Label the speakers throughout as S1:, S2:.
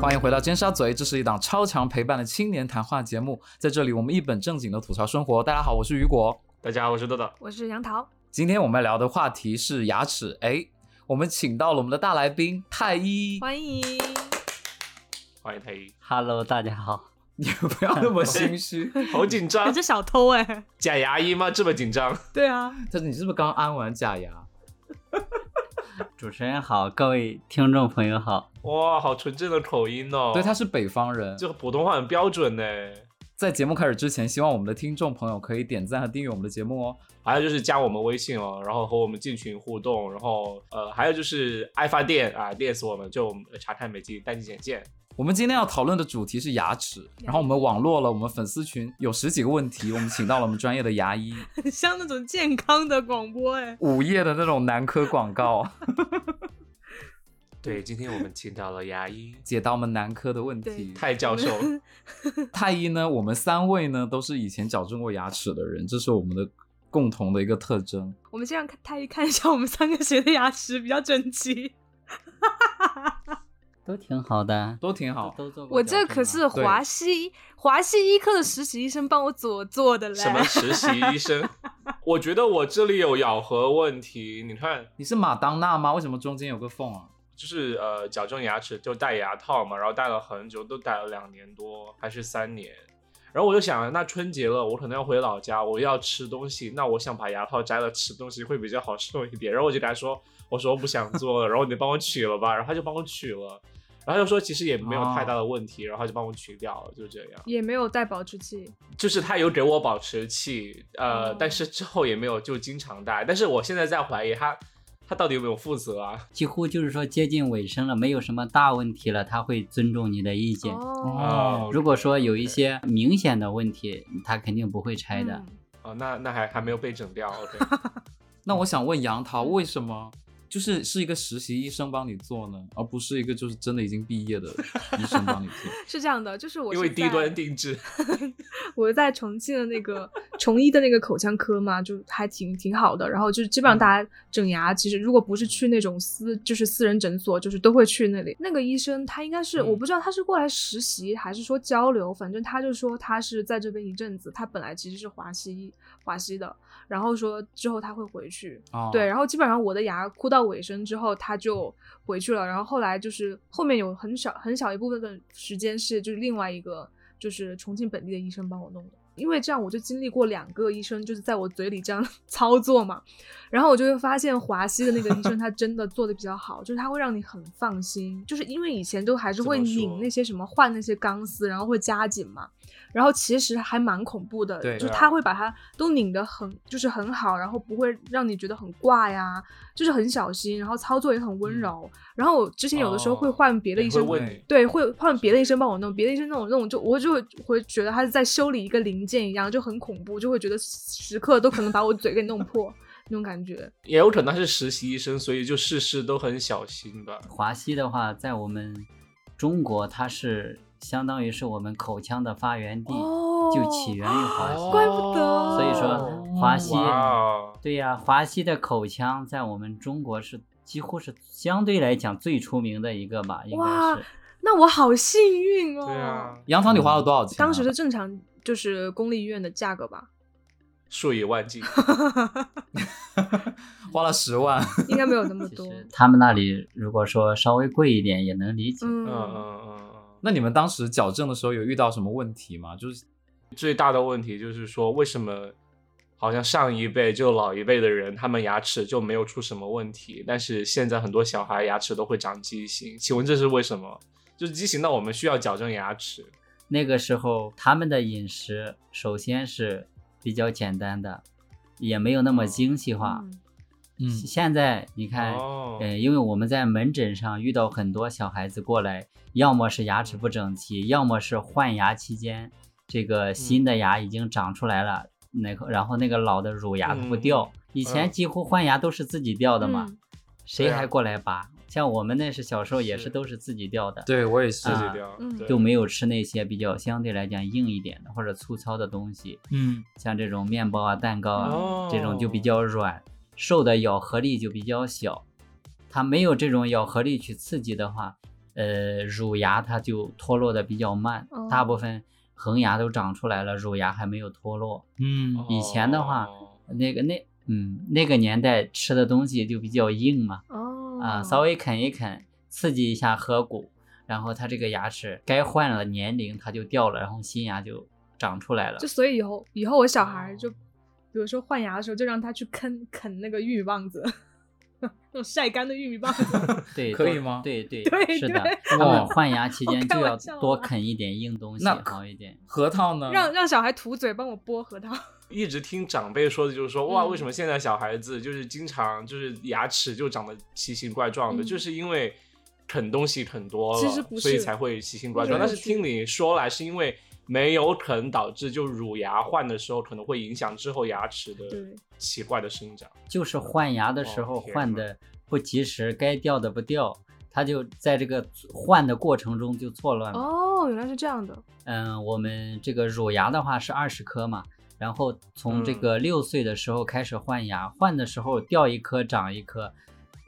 S1: 欢迎回到尖沙咀，这是一档超强陪伴的青年谈话节目，在这里我们一本正经的吐槽生活。大家好，我是雨果。
S2: 大家好，我是豆豆。
S3: 我是杨桃，
S1: 今天我们聊的话题是牙齿，哎，我们请到了我们的大来宾太医。
S3: 欢 迎。
S2: 欢迎太医，
S4: Hello，大家好。
S1: 你不要那么心虚，
S2: 好紧
S3: 我
S2: 张，
S3: 是小偷哎、
S2: 假牙医吗？这么紧张？
S3: 对啊，
S1: 但是你是不是刚安完假牙？
S4: 主持人好，各位听众朋友好。
S2: 哇，好纯正的口音哦。
S1: 对，他是北方人。
S2: 这个普通话很标准呢。
S1: 在节目开始之前，希望我们的听众朋友可以点赞和订阅我们的节目哦。
S2: 还有就是加我们微信哦，然后和我们进群互动，然后呃，还有就是爱发电啊，电死我们，就我们查看每期单集简介。
S1: 我们今天要讨论的主题是牙齿，然后我们网络了，我们粉丝群有十几个问题，我们请到了我们专业的牙医，
S3: 很像那种健康的广播哎、
S1: 午夜的那种男科广告，
S2: 对，今天我们请到了牙医
S1: 解答我们男科的问题
S3: 对。
S2: 泰教 授，
S1: 太医呢，我们三位呢都是以前矫正过牙齿的人，这是我们的共同的一个特征。
S3: 我们先让太医看一下我们三个谁的牙齿比较整齐。
S4: 都挺好的，
S1: 都挺好，
S4: 都做过
S3: 我这
S4: 矫正
S3: 可
S4: 啊
S3: 是华西华西医科的实习医生帮我左做的嘞。
S2: 什么实习医 生？我觉得我这里有咬合问题，你看，
S1: 你是马当娜吗？为什么中间有个缝啊？
S2: 就是呃，矫正牙齿就戴牙套嘛，然后戴了很久，都戴了两年多还是三年。然后我就想，那春节了，我可能要回老家，我要吃东西，那我想把牙套摘了吃东西会比较好受一点。然后我就给他说，我说我不想做了，然后你帮我取了吧。然后他就帮我取了，然后他就说其实也没有太大的问题，然后他就帮我取掉了，就这样。
S3: 也没有带保质期，
S2: 就是他有给我保持器，呃，
S3: 哦
S2: 但是之后也没有就经常戴。但是我现在在怀疑他，他到底有没有负责啊？
S4: 几乎就是说接近尾声了，没有什么大问题了，他会尊重你的意见。
S3: 哦，
S2: 哦
S4: 如果说有一些明显的问题，他肯定不会拆的。
S3: 嗯
S2: 哦，那那还还没有被整掉，OK。
S1: 那
S4: 嗯
S1: 我想问杨桃，为什么就是是一个实习医生帮你做呢，而不是一个就是真的已经毕业的医生帮你做？
S3: 是这样的，就是 我是
S2: 因为低
S3: 在
S2: 端定制，
S3: 我在重庆的那个重医的那个口腔科嘛，就还挺挺好的。然后就是基本上大家整牙，其实如果不是去那种私就是私人诊所，就是都会去那里。那个医生他应该是、
S2: 嗯
S3: 我不知道他是过来实习还是说交流，反正他就说他是在这边一阵子，他本来其实是华西华西的，然后说之后他会回去，
S1: 哦
S3: 对，，然后基本上我的牙哭到尾声之后，他就回去了。然后后来就是后面有很少很小一部分的时间是就是另外一个就是重庆本地的医生帮我弄的，因为这样我就经历过两个医生就是在我嘴里这样 操作嘛，然后我就会发现华西的那个医生他真的做的比较好，就是他会让你很放心，就是因为以前都还是
S2: 怎
S3: 会
S2: 么
S3: 拧
S2: 说
S3: 那些什么换那些钢丝，然后会加紧嘛，然后其实还蛮恐怖的，
S1: 对
S3: 就是
S2: 对啊
S3: 他会把它都拧得很，就是很好，然后不会让你觉得很挂呀，就是很小心，然后操作也很温柔。然后我之前有的时候会
S2: 嗯哦
S3: 换别的医
S2: 会
S3: 生，
S2: 问你，
S3: 对，会换别的医生帮我弄，别的医生那种那种就我就会会觉得他是在修理一个零件一样，就很恐怖，就会觉得时刻都可能把我嘴给弄破那种 感觉。
S2: 也有可能他是实习医生，所以就事事都很小心吧。
S4: 华西的话，在我们中国，它是相当于是我们口腔的发源地，
S3: 哦
S4: 就起源于华西。
S3: 怪不得
S4: 哦所以说华西
S2: 哦哇哦，
S4: 对呀、华西的口腔在我们中国是几乎是相对来讲最出名的一个吧，应
S3: 哇
S4: 该是。
S3: 那我好幸运哦！
S2: 对啊，
S1: 杨桃你花了多少钱啊、
S3: 当时的正常就是公立医院的价格吧，
S2: 数以万 计，
S1: 花了十万，
S3: 应该没有那么
S4: 其
S3: 多。
S4: 实他们那里如果说稍微贵一点也能理解。
S2: 嗯嗯
S3: 嗯，
S2: 嗯嗯。
S1: 那你们当时矫正的时候有遇到什么问题吗？就是
S2: 最大的问题就是说，为什么好像上一辈就老一辈的人，他们牙齿就没有出什么问题，但是现在很多小孩牙齿都会长畸形，请问这是为什么？就是畸形，那我们需要矫正牙齿。
S4: 那个时候他们的饮食首先是比较简单的，也没有那么精细化。
S3: 嗯
S1: 嗯
S4: 现在你看，
S2: 哦，
S4: 呃，因为我们在门诊上遇到很多小孩子过来，要么是牙齿不整齐，要么是换牙期间这
S2: 嗯
S4: 个新的牙已经长出来了，那个然后那个老的乳牙它不掉。以前
S2: 嗯
S4: 几乎换牙都是自己掉的嘛，
S3: 嗯
S4: 谁
S2: 对啊
S4: 还过来拔？像我们那是小时候也
S2: 是
S4: 是都是自己掉的，
S1: 对我也是，
S2: 自
S4: 啊
S2: 己掉，
S3: 嗯
S2: 对
S4: 就没有吃那些比较相对来讲硬一点的或者粗糙的东西，
S1: 嗯，
S4: 像这种面包啊、蛋糕啊、
S2: 哦
S4: 这种就比较软，受的咬合力就比较小。它没有这种咬合力去刺激的话，呃，乳牙它就脱落的比较慢，
S3: 哦
S4: 大部分恒牙都长出来了，乳牙还没有脱落。
S1: 嗯
S4: 以前的话
S2: 哦
S4: 那个那嗯，那个年代吃的东西就比较硬嘛，
S3: 哦
S4: 啊、稍微啃一啃，刺激一下颌骨，然后它这个牙齿该换了年龄它就掉了，然后新牙就长出来了
S3: 就。所以以后以后我小孩儿就，
S2: 哦
S3: 比如说换牙的时候，就让他去啃啃那个玉米棒子， 那种晒干的玉米棒子。
S4: 对，
S1: 可以
S4: 都
S1: 吗
S4: 对对
S3: 对
S4: 是的
S3: 对，
S4: 他
S1: 哇
S4: 们换牙期
S3: 我
S4: 间
S3: 开
S4: 就
S3: 玩
S4: 要
S3: 笑啊
S4: 多
S3: 啦
S4: 啃一点硬东西
S1: 那
S4: 好一点。
S1: 核桃呢？
S3: 让让小孩吐嘴，帮我剥核桃。
S2: 一直听长辈说的，就是说哇，
S3: 嗯
S2: 为什么现在小孩子就是经常就是牙齿就长得奇形怪状的，
S3: 嗯
S2: 就是因为啃东西啃多了，
S3: 其实不是
S2: 所以才会奇形怪状。
S3: 我觉
S2: 但
S3: 得
S2: 是听你说来，是因为没有啃导致就乳牙换的时候可能会影响之后牙齿的
S3: 对
S2: 奇怪的生长。
S1: 哦
S4: 就是换牙的时候
S2: 哦天
S4: 换
S2: 哪
S4: 的不及时，该掉的不掉，它就在这个换的过程中就错 乱了。
S3: 哦，原来是这样的。
S4: 嗯，我们这个乳牙的话是二十颗嘛，然后从这
S2: 嗯
S4: 个六岁的时候开始换牙，换的时候掉一颗长一颗，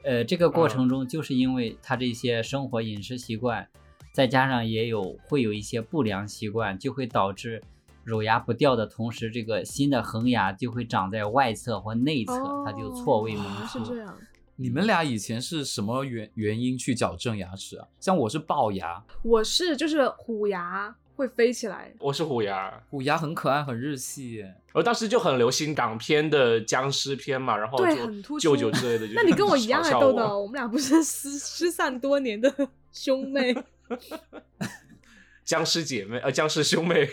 S4: 呃，这个过
S3: 嗯
S4: 程中就是因为他这些生活饮食习惯，再加上也有会有一些不良习惯，就会导致乳牙不掉的同时，这个新的恒牙就会长在外侧或内侧，它就错位
S3: 哦
S4: 萌
S3: 原来是
S4: 出。
S3: 这样。
S1: 你
S4: 嗯
S1: 们俩以前是什么原原因去矫正牙齿啊？像我是龅牙，
S3: 我是就是虎牙会飞起来，
S2: 我是虎牙，
S1: 虎牙很可爱，很日系耶。
S2: 我当时就很流行港片的僵尸片嘛，然后
S3: 对很突
S2: 就
S3: 出
S2: 舅舅之类的就嘲笑我。
S3: 那你跟我一样啊，豆豆，我们俩不是失失散多年的 兄 妹？
S2: 僵尸姐妹，呃，僵尸兄妹，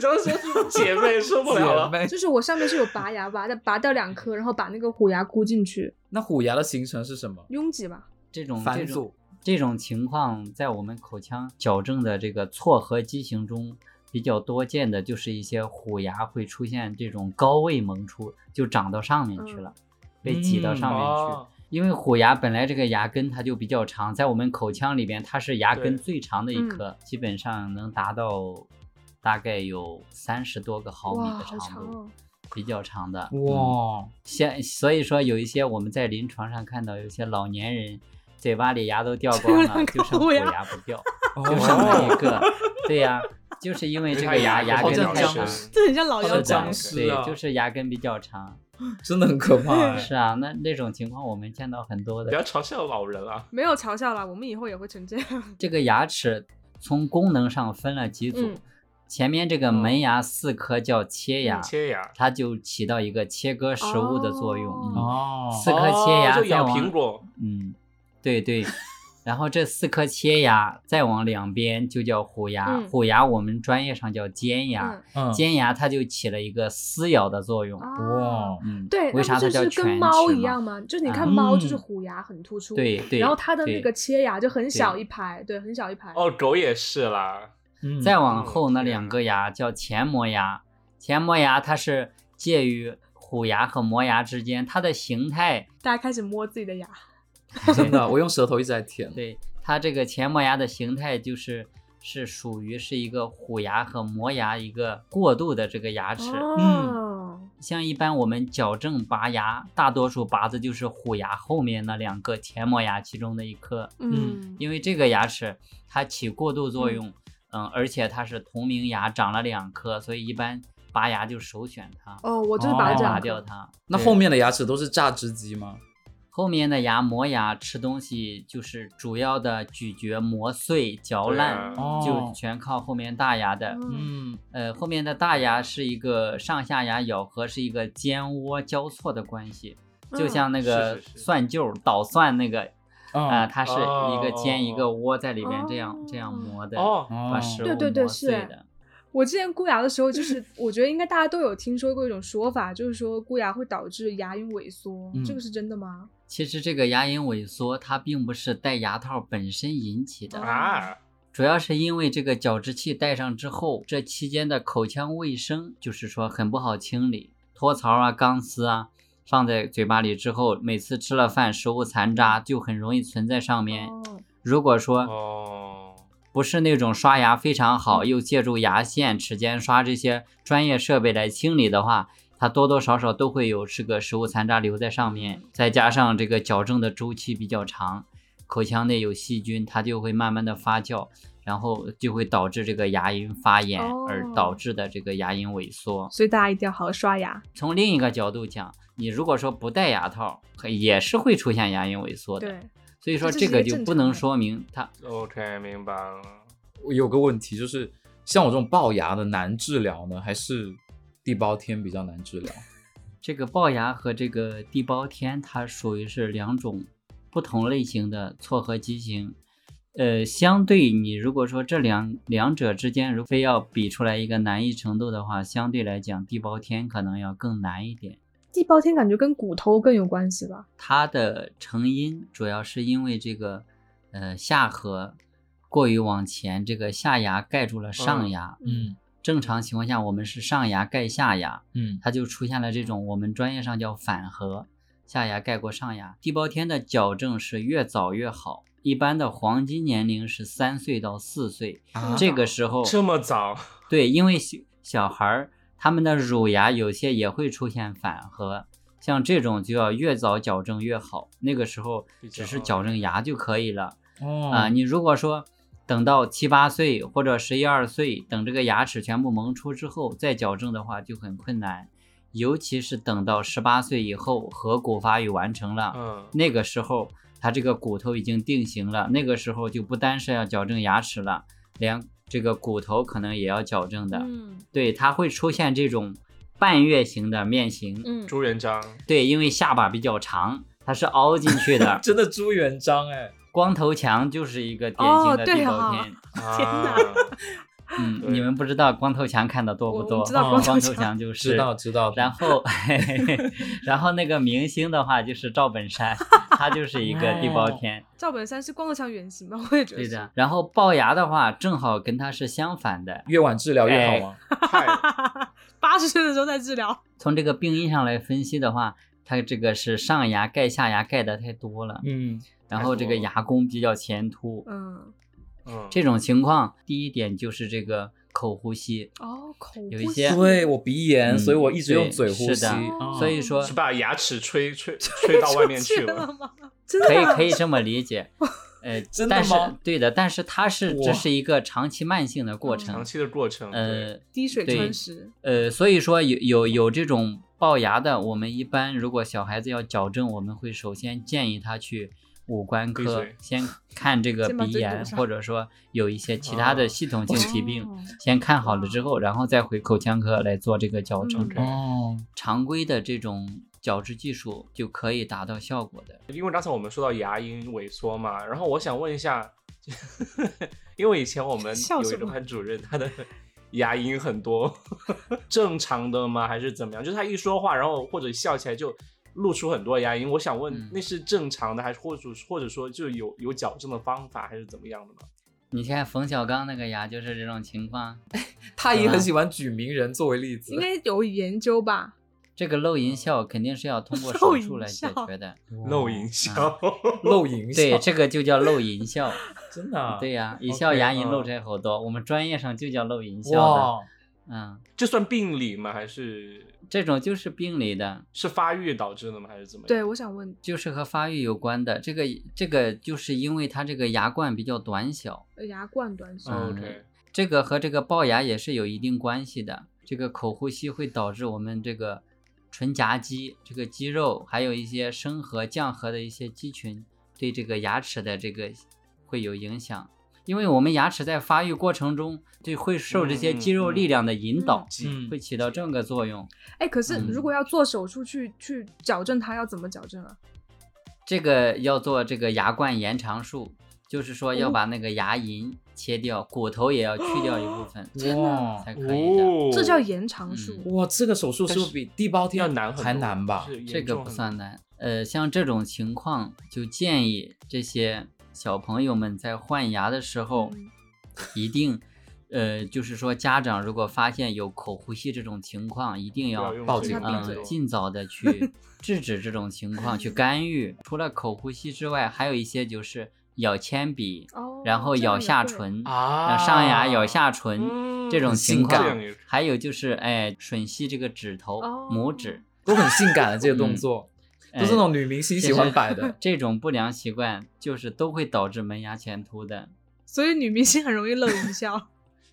S2: 僵尸姐妹受不了了
S1: 姐。妹
S3: 就是我上面是有拔牙拔的，拔掉两颗，然后把那个虎牙箍进去，
S1: 那虎牙的形成是什么？
S3: 拥挤吧。
S4: 这种
S1: 返
S4: 这种
S1: 祖
S4: 这种情况在我们口腔矫正的这个错颌畸形中比较多见的，就是一些虎牙会出现这种高位萌出，就长到上面去
S3: 嗯
S4: 了，被挤到上面去。
S2: 哦
S4: 因为虎牙本来这个牙根它就比较长，在我们口腔里边它是牙根
S2: 对
S4: 最长
S3: 嗯
S4: 的一颗，基本上能达到大概有三十多个毫米
S3: 哇，
S4: 的
S3: 好
S4: 长
S3: 长
S4: 度，
S3: 哦！
S4: 比较长的。嗯
S1: 哇，
S4: 像所以说有一些我们在临床上看到有一些老年人嘴巴里牙都掉
S3: 就
S4: 光
S3: 两
S4: 了，
S3: 个
S4: 就剩
S3: 虎
S4: 虎
S3: 牙
S4: 牙不掉， 就剩了
S1: 哦，
S4: 一个。对呀、就是因为
S2: 因为
S4: 这
S2: 它
S4: 个牙
S2: 牙
S4: 牙
S1: 好
S4: 根
S1: 像
S4: 太
S1: 僵
S4: 长，
S1: 尸
S3: 这很像老
S1: 好
S3: 妖
S1: 像
S3: 怪
S1: 僵
S4: 的，。
S1: 尸
S4: 对
S2: 啊，
S4: 就是牙根比较长。
S1: 真的很可怕
S2: 嗯
S4: 是
S1: 耶。
S4: 啊，那那种情况我们见到很多
S2: 不要
S4: 的。
S2: 嘲笑老人啊！
S3: 没有嘲笑了，我们以后也会成这样。
S4: 这个牙齿从功能上分了几组，
S3: 嗯
S4: 前面这个门牙四颗叫
S1: 嗯
S4: 切牙，
S2: 切牙，
S4: 它就起到一个切割食物的作用。
S3: 哦
S4: 嗯
S1: 哦
S4: 四颗切牙
S2: 哦就
S4: 再
S2: 咬
S4: 往
S2: 苹果，
S4: 嗯，对对。 然后这四颗切牙再往两边就叫虎牙，
S3: 嗯
S4: 虎牙我们专业上叫尖牙，
S3: 嗯，
S1: 嗯，
S4: 尖牙它就起了一个撕咬的作用。
S3: 啊
S1: 哇，，
S4: 嗯，
S3: 对，
S4: 为
S3: 那
S4: 啥
S3: 不
S4: 它叫
S3: 就是
S4: 犬
S3: 跟猫
S4: 齿
S3: 一
S4: 嘛
S3: 样吗？就是你
S4: 啊
S3: 看猫，就是
S1: 嗯
S3: 虎牙很突出，
S4: 对对。
S3: 然后它的那
S4: 对
S3: 个切牙就很小
S4: 对
S3: 一排，对，很小一排。
S2: 哦，狗也是啦。
S1: 嗯
S4: 再往后那
S2: 嗯
S4: 两个牙叫前磨牙，前磨牙它是介于虎牙和磨牙之间，它的形态
S3: 大家开始摸自己的牙，
S1: 真的，我用舌头一直在舔。
S4: 对它这个前磨牙的形态就是是属于是一个虎牙和磨牙一个过渡的这个牙齿。
S3: 哦，
S4: 像一般我们矫正拔牙，大多数拔的就是虎牙后面那两个前磨牙其中的一颗，
S3: 嗯，
S4: 因为这个牙齿它起过渡作用，嗯而且它是同名牙长了两颗，所以一般拔牙就首选它，
S3: 哦，我就是
S1: 哦
S3: 拔
S4: 来
S3: 这
S4: 拔
S3: 两
S4: 掉
S3: 颗，
S4: 它。
S1: 那
S4: 对
S1: 后面的牙齿都是榨汁机吗？
S4: 后面的牙磨牙吃东西就是主要的咀嚼、磨碎、嚼
S2: 对
S4: 烂，
S2: 啊
S1: 哦
S4: 就全靠后面大牙的。
S3: 嗯，
S1: 嗯，
S4: 呃，后面的大牙是一个上下牙咬合是一个尖窝交错的关系，
S3: 嗯
S4: 就像那个
S2: 是是是嗯
S4: 蒜臼捣蒜那个啊、
S1: 啊，
S4: 它是一个尖一个窝在里面这样、这样
S3: 哦
S4: 磨的，
S2: 哦，
S1: 哦
S4: 把食物
S3: 对对对
S4: 磨
S3: 是
S4: 碎的。
S3: 我之前箍牙的时候，就是我觉得应该大家都有听说过一种说法，就是说箍牙会导致牙龈萎缩，
S1: 嗯
S3: 这个是真的吗？
S4: 其实这个牙龈萎缩，它并不是戴牙套本身引起的，
S2: 啊，
S4: 主要是因为这个矫治器戴上之后，这期间的口腔卫生就是说很不好清理，托槽啊、钢丝啊，放在嘴巴里之后，每次吃了饭，食物残渣就很容易存在上面。
S3: 哦，
S4: 如果说
S2: 哦，
S4: 不是那种刷牙非常
S3: 嗯
S4: 好，又借助牙线、齿间刷这些专业设备来清理的话，它多多少少都会有这个食物残渣留在上面。再加上这个矫正的周期比较长，口腔内有细菌，它就会慢慢的发酵，然后就会导致这个牙龈发炎，
S3: 哦
S4: 而导致的这个牙龈萎缩。
S3: 所以大家一定要好好刷牙。
S4: 从另一个角度讲，你如果说不戴牙套，很也是会出现牙龈萎缩的。
S3: 对，
S4: 所以说
S3: 这
S4: 这
S3: 是
S4: 个
S3: 一个
S4: 就
S3: 正
S4: 不
S3: 常
S4: 能
S3: 的
S4: 说明它
S2: OK，明白了。
S1: 我有个问题就是，像我这种龅牙的难治疗呢，还是地包天比较难治疗？
S4: 这个龅牙和这个地包天，它属于是两种不同类型的错颌畸形。呃，相对你如果说这两两者之间，如非要比出来一个难易程度的话，相对来讲，地包天可能要更难一点。
S3: 地包天感觉跟骨头更有关系吧？
S4: 它的成因主要是因为这个呃下颌过于往前，这个下牙盖住了上
S2: 嗯
S4: 牙。正常情况下，我们是上牙盖下牙，
S1: 嗯
S4: 它就出现了这种我们专业上叫反颌，下牙盖过上牙。地包天的矫正是越早越好，一般的黄金年龄是三岁到四岁，
S1: 啊
S4: 这个时候
S2: 这么早？
S4: 对，因为小小孩儿他们的乳牙有些也会出现反颌，像这种就要越早矫正越好，那个时候
S2: 比较
S4: 只是矫正牙就可以了。
S1: 哦。
S4: 啊，你如果说等到七八岁或者十一二岁，等这个牙齿全部萌出之后再矫正的话就很困难，尤其是等到十八岁以后，颌骨发育完成了，
S2: 嗯，
S4: 那个时候它这个骨头已经定型了，那个时候就不单是要矫正牙齿了，连这个骨头可能也要矫正的。
S3: 嗯
S4: 对，它会出现这种半月形的面型。
S3: 嗯，
S2: 朱元璋
S4: 对，因为下巴比较长，它是凹进去 的
S1: 真的朱元璋哎，
S4: 光头强就是一个典
S3: 哦
S4: 型的
S3: 对
S4: 地
S3: 哈
S4: 包天。
S2: 啊，
S4: 嗯，
S2: 对
S4: 你们不知道光头强看的多不多？
S3: 我我知道
S4: 哦
S3: 光
S4: 光
S3: 头
S4: 头
S3: 强
S4: 强就是
S1: 知道。知道。
S4: 然后，然后那个明星的话就是赵本山，他就是一个地包天，
S3: 赵本山是光头强原型吧？我也觉得
S4: 对
S3: 是。
S4: 的。然后龅牙的话，正好跟他是相反的。
S1: 越晚治疗越好吗？
S2: 太
S3: 八十岁的时候再治疗，
S4: 从这个病因上来分析的话，他这个是上牙盖下牙盖的太多了，
S1: 嗯，
S4: 然后这个
S2: 太多了
S4: 牙弓比较前凸。
S3: 嗯，
S2: 嗯，
S4: 这种情况，第一点就是这个口呼吸，
S3: 哦，口
S4: 有
S3: 呼
S4: 一
S3: 吸
S4: 些
S1: 对我鼻炎，
S4: 嗯
S1: 所以我一直用
S4: 对
S1: 嘴呼
S4: 是
S1: 吸
S4: 的。
S1: 哦
S4: 所以说
S2: 是把牙齿吹 吹吹到外面去
S3: 了
S2: 了。
S3: 吗？真的
S4: 可以
S3: 吗
S4: 可以这么理 解。呃，
S1: 真的
S4: 但是
S1: 吗
S4: 对的，但是它是
S1: 哇
S4: 这是一个长期慢性的过
S2: 长
S4: 程，
S2: 期的过程，对，
S4: 呃
S3: 滴水
S4: 对
S3: 穿石，
S4: 呃，所以说有有有这种龅牙的，我们一般如果小孩子要矫正，我们会首先建议他去五官
S2: 闭
S4: 科
S2: 嘴
S4: 先看这个
S3: 先把
S4: 鼻
S3: 嘴堵
S4: 炎，
S3: 上
S4: 或者说有一些其
S2: 哦
S4: 他
S1: 啊
S4: 的系统性疾病，
S3: 哦
S4: 先看好了之后，然后再回口腔科来做这个矫正。
S3: 嗯
S1: 哦，
S4: 常规的这种矫治技术就可以达到效果的。
S2: 因为刚才我们说到牙龈萎缩嘛，然后我想问一下， 因为以前我们
S3: 笑
S2: 有一
S3: 什
S2: 个
S3: 么
S2: 班主任，他的牙龈很多，正常的吗？还是怎么样？就是他一说话，然后或者笑起来就露出很多牙龈。我想问，
S4: 嗯
S2: 那是正常的，还是或者或者说就有有矫正的方法，还是怎么样的呢？
S4: 你看冯小刚那个牙就是这种情况，
S1: 他也
S4: 对吧
S1: 很喜欢举名人作为例子
S3: 应。该有研究吧？
S4: 这个漏
S1: 嗯
S4: 龈笑肯定是要通过手术来解决 的。
S2: 露龈
S4: 啊
S2: 笑，
S1: 露营
S4: 对，
S1: 笑
S4: 这个就叫漏龈笑。
S1: 真的 啊
S4: 对呀、一
S1: OK，
S4: 笑牙龈
S2: 嗯
S4: 露出来好多，我们专业上就叫漏龈笑
S1: 哇，
S4: 的。嗯，
S2: 这算病理吗？还是
S4: 这种就是病理的，
S2: 是发育导致的吗？还是怎么样？
S3: 对，我想问，
S4: 就是和发育有关的。这个这个就是因为它这个牙冠比较短小，
S3: 呃牙冠短啊小，
S2: 嗯
S4: 嗯
S2: ，OK，
S4: 这个和这个龅牙也是有一定关系的。这个口呼吸会导致我们这个唇颊肌、这个肌肉，还有一些升颌、降颌的一些肌群，对这个牙齿的这个会有影响。因为我们牙齿在发育过程中，就会受这些
S2: 嗯
S4: 肌肉
S2: 嗯
S4: 力量的引导，
S1: 嗯
S4: 会起到这么个作用。
S3: 哎，可是
S4: 嗯
S3: 如果要做手术去去矫正它，要怎么矫正啊？
S4: 这个要做这个牙冠延长术，就是说
S2: 哦
S4: 要把那个牙龈切掉，骨头也要去掉一部分
S1: 哇
S4: 才可以的。
S2: 哦，
S3: 这叫延长
S4: 嗯
S3: 术。
S1: 哇，这个手术是不是比地包天
S2: 要难很多
S1: 还难吧？
S2: 是
S4: 这
S2: 严
S4: 个
S2: 重
S4: 不
S2: 很
S4: 算难。呃，像这种情况，就建议这些小朋友们在换牙的时候，
S3: 嗯
S4: 一定，
S2: 嗯
S4: 呃，就是说家长如果发现有口呼吸这种情况，一定要
S2: 用
S1: 报
S2: 这
S1: 警
S2: 个
S3: 闭
S4: 嗯、
S2: 动
S3: 嘴
S2: 作
S4: 尽早 的去制止这种情况，去干预。除了口呼吸之外，还有一些就是咬铅笔，
S3: 哦，
S4: 然后
S3: 这
S4: 咬
S3: 样也
S4: 下
S3: 会，
S4: 唇，
S2: 啊
S4: 呃上牙咬下唇、
S2: 嗯
S4: 这种
S1: 很
S4: 情
S1: 性感
S4: 况
S2: 这样也。
S4: 还有就是，哎，吮吸这个指头，
S3: 哦
S4: 拇指。呃
S1: 都很性感的这个动作，
S4: 嗯
S1: 都是那种女明星喜欢摆的。
S4: 这种不良习惯就是都会导致门牙前凸的。
S3: 所以女明星很容易露营销。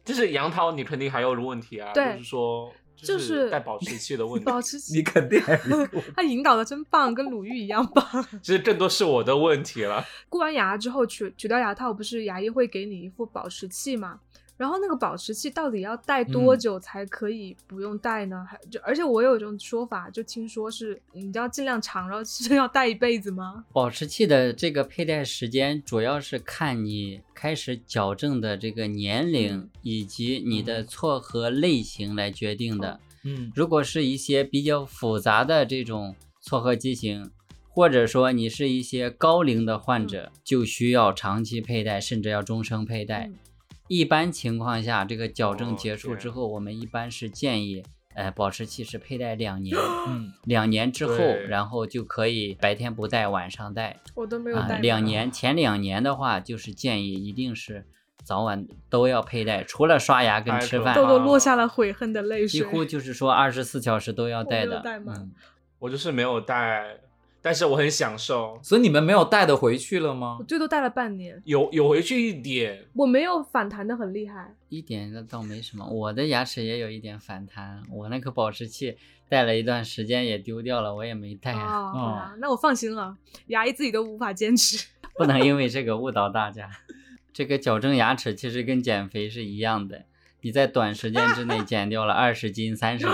S2: 就是杨桃，你肯定还有个问题啊，就
S3: 对
S2: 是说，
S3: 就是
S2: 带保持器的 问题，
S3: 保持
S1: 你肯定还 有一个
S3: 他引导的真棒，跟鲁豫一样棒。
S2: 其实更多是我的问题了。
S3: 箍完牙之后取取掉牙套，不是牙医会给你一副保持器吗？然后那个保持器到底要戴多
S1: 嗯
S3: 久才可以不用戴呢？还就而且我有一种说法，就听说是你要尽量长，然后是要戴一辈子吗？
S4: 保持器的这个佩戴时间主要是看你开始矫正的这个年龄
S3: 嗯
S4: 以及你的
S1: 嗯
S4: 错颌类型来决定的。
S1: 嗯
S4: 如果是一些比较复杂的这种错颌畸形，或者说你是一些高龄的
S3: 嗯
S4: 患者，就需要长期佩戴，甚至要终生佩戴。
S3: 嗯
S4: 一般情况下，这个矫正
S2: 哦
S4: 结束
S2: 这
S4: 之
S2: 样
S4: 后，我们一般是建议，呃，保持器是佩戴两 年，
S1: 嗯，
S4: 两年之后，
S2: 对
S4: 然后就可以白天不戴，晚上戴。
S3: 我都没有
S4: 啊、
S3: 戴、
S4: 两。年前两年的话，就是建议一定是早晚都要佩戴，除了刷牙跟
S2: 太
S4: 吃
S2: 可
S4: 饭
S2: 怕
S3: 豆
S2: 了，
S3: 豆落下了悔恨的泪水。
S4: 哦几乎就是说二十四小时都要
S3: 我没
S4: 戴
S3: 有
S4: 的。
S3: 戴吗
S4: 嗯，
S2: 我就是没有带，但是我很享受，
S1: 所以你们没有带的回去了吗
S3: 我？最多戴了半年，
S2: 有有回去一点，
S3: 我没有反弹的很厉害。
S4: 一点那倒没什么，我的牙齿也有一点反弹，我那个保持器戴了一段时间也丢掉了，我也没戴啊，
S3: 哦，好啦那我放心了，牙医自己都无法坚持。
S4: 不能因为这个误导大家。 这个矫正牙齿其实跟减肥是一样的，你在短时间之内 减掉了二十斤、三 十斤，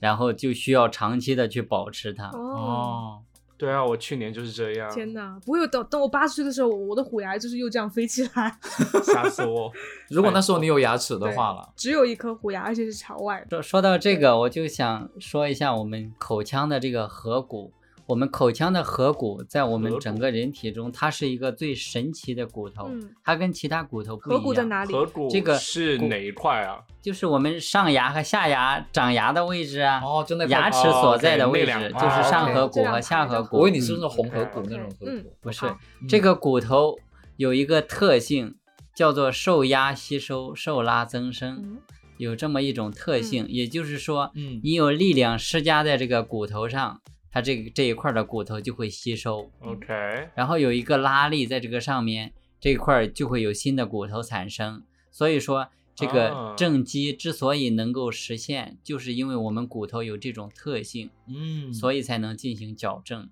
S4: 然后就需要长期的去保持它。
S3: 哦，
S1: 哦，
S2: 对啊，我去年就是这样，
S3: 天哪！不会有等等我八十岁的时候，我我的虎牙就是又这样飞起来，
S2: 吓死我！
S1: 如果那时候你有牙齿的话了，
S3: 只有一颗虎牙，而且是朝外的。
S4: 说说到这个，我就想说一下我们口腔的这个颌骨。我们口腔的颌骨在我
S2: 颌
S4: 们
S2: 骨
S4: 整个人体中，它是一个最神奇的骨头，
S3: 嗯
S4: 它跟其他骨头哦不一
S3: 颌
S4: 样。
S3: 骨在哪里？
S2: 颌骨
S4: 这个
S2: 是哪一块啊？
S4: 就是我们上牙和下牙长牙的位置啊，
S1: 哦，就那块
S4: 牙齿
S2: 哦
S4: 所在的位置、
S2: 那两
S4: 就
S2: 块
S4: 是上颌
S1: 哦
S4: 骨和下颌骨。
S1: 我以为你是那
S4: 嗯
S1: 种红颌骨
S2: OK，OK，
S1: 那种颌骨，
S4: 不是
S3: 好
S1: 嗯
S4: 这个骨头有一个特性，叫做受压吸收、受拉增生，
S3: 嗯
S4: 有这么一种特性。也就是说，
S1: 嗯
S4: 你有力量施加在这个骨头上，它这个这一块的骨头就会吸收，
S2: OK，
S4: 然后有一个拉力在这个上面，这一块儿就会有新的骨头产生。所以说，这个
S2: 啊
S4: 正畸之所以能够实现，就是因为我们骨头有这种特性，
S1: 嗯，
S4: 所
S1: 以
S4: 以才能进行矫正。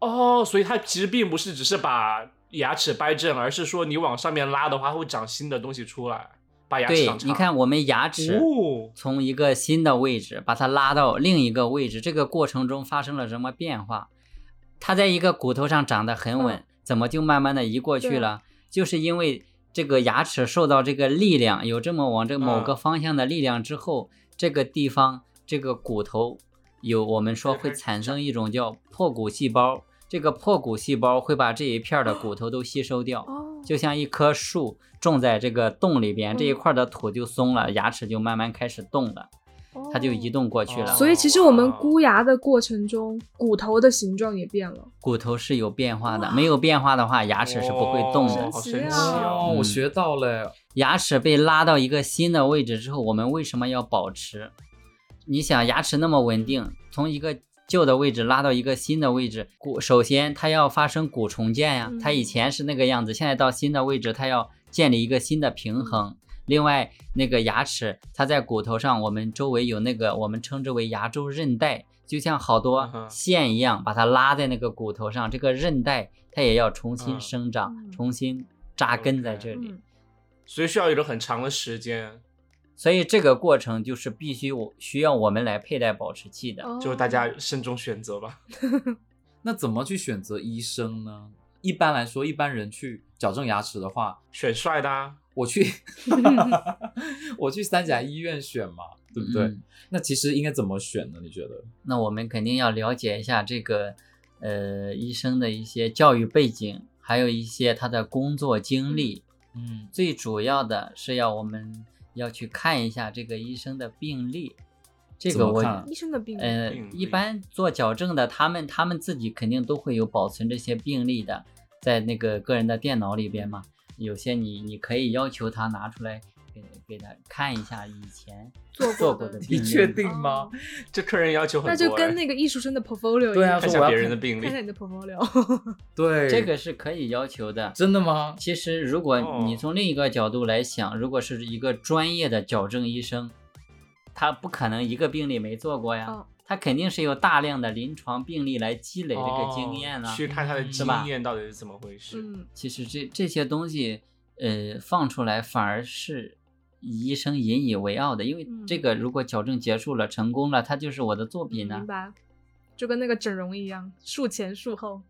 S2: 哦，所以它其实并不是只是把牙齿掰正，而是说你往上面拉的话，会长新的东西出来，把牙齿
S4: 对
S2: 长，长。
S4: 你看我们牙齿。
S2: 哦，
S4: 从一个新的位置把它拉到另一个位置，这个过程中发生了什么变化？它在一个骨头上长得很稳，
S3: 嗯
S4: 怎么就慢慢的移过去
S3: 对啊
S4: 了？就是因为这个牙齿受到这个力量，有这么往这某个
S2: 嗯
S4: 方向的力量之后，这个地方这个骨头有我们说
S2: 对它
S4: 会产生一种叫破骨细胞，这个破骨细胞会把这一片儿的骨头都吸收掉。
S3: 哦，
S4: 就像一棵树种在这个洞里边，
S3: 嗯
S4: 这一块的土就松了，牙齿就慢慢开始动了，它就移
S3: 哦。
S4: 动过去了。
S3: 所以其实我们箍牙的过程中，骨头的形状也变了。
S4: 骨头是有变化的，
S3: 哇
S4: 没有变化的话，牙齿是不会动
S2: 哦
S4: 的。
S2: 好
S3: 神奇
S2: 神奇
S3: 啊
S1: 哦，
S4: 嗯
S1: 我学到了，
S4: 牙齿被拉到一个新的位置之后，我们为什么要保持？你想，牙齿那么稳定，从一个旧的位置拉到一个新的位置，骨首先它要发生骨重建呀、
S3: 嗯
S4: 它以前是那个样子，现在到新的位置，它要建立一个新的平
S3: 嗯
S4: 衡。另外，那个牙齿它在骨头上，我们周围有那个我们称之为牙周韧带，就像好
S2: 嗯
S4: 多
S2: 哼
S4: 线一样，把它拉在那个骨头上，这个韧带它也要重新
S2: 嗯
S4: 生长，
S3: 嗯
S4: 重新扎根在
S2: OK
S4: 这里。
S3: 嗯，
S2: 所以需要一个很长的时间，
S4: 所以这个过程就是必须我需要我们来佩戴保持器的。
S3: 哦
S2: 就大家慎重选择吧。
S1: 那怎么去选择医生呢？一般来说，一般人去矫正牙齿的话，
S2: 选帅的、啊，
S1: 我去，我去三甲医院选嘛，对不对？
S4: 嗯
S1: 那其实应该怎么选呢？你觉得？
S4: 那我们肯定要了解一下这个呃医生的一些教育背景，还有一些他的工作经历。
S1: 嗯，
S4: 最主要的是要我们要去看一下这个医生的病历。这
S1: 怎
S4: 个
S1: 么
S4: 我
S1: 看
S3: 医生的病人，
S4: 呃
S2: 病
S4: 一
S2: 历
S4: 般做矫正的，他们他们自己肯定都会有保存这些病历的，在那个个人的电脑里边嘛。有些你你可以要求他拿出来给给他看一下以前
S3: 做
S4: 做
S3: 过
S4: 过
S3: 的
S4: 的
S3: 病
S4: 病
S2: 你
S4: 例
S2: 确定吗？
S3: 哦
S2: 这客人要求很多、
S3: 那
S2: 哎，
S3: 就跟那个艺术生的 portfolio 一
S1: 对啊
S3: 样，
S2: 看一
S1: 说我要
S2: 下别人的病
S3: 看一下
S2: 历，
S3: 你的 portfolio。
S1: 对，
S4: 这个是可以要求的。
S1: 真的吗？
S4: 其实，如果你
S2: 哦
S4: 从另一个角度来想，如果是一个专业的矫正医生，他不可能一个病例没做过呀，
S3: 哦
S4: 他肯定是有大量的临床病例来积累这个经验啊。
S2: 哦去看他的
S1: 嗯
S4: 是
S2: 经
S4: 吧
S2: 验到底是怎么回事。
S3: 嗯，
S4: 其实这这些东西，呃，放出来反而是医生引以为傲的，因为
S3: 嗯
S4: 这个如果矫正结束了、成功了，它就是我的作品呢、
S3: 明白，就跟那个整容一样，术前术后。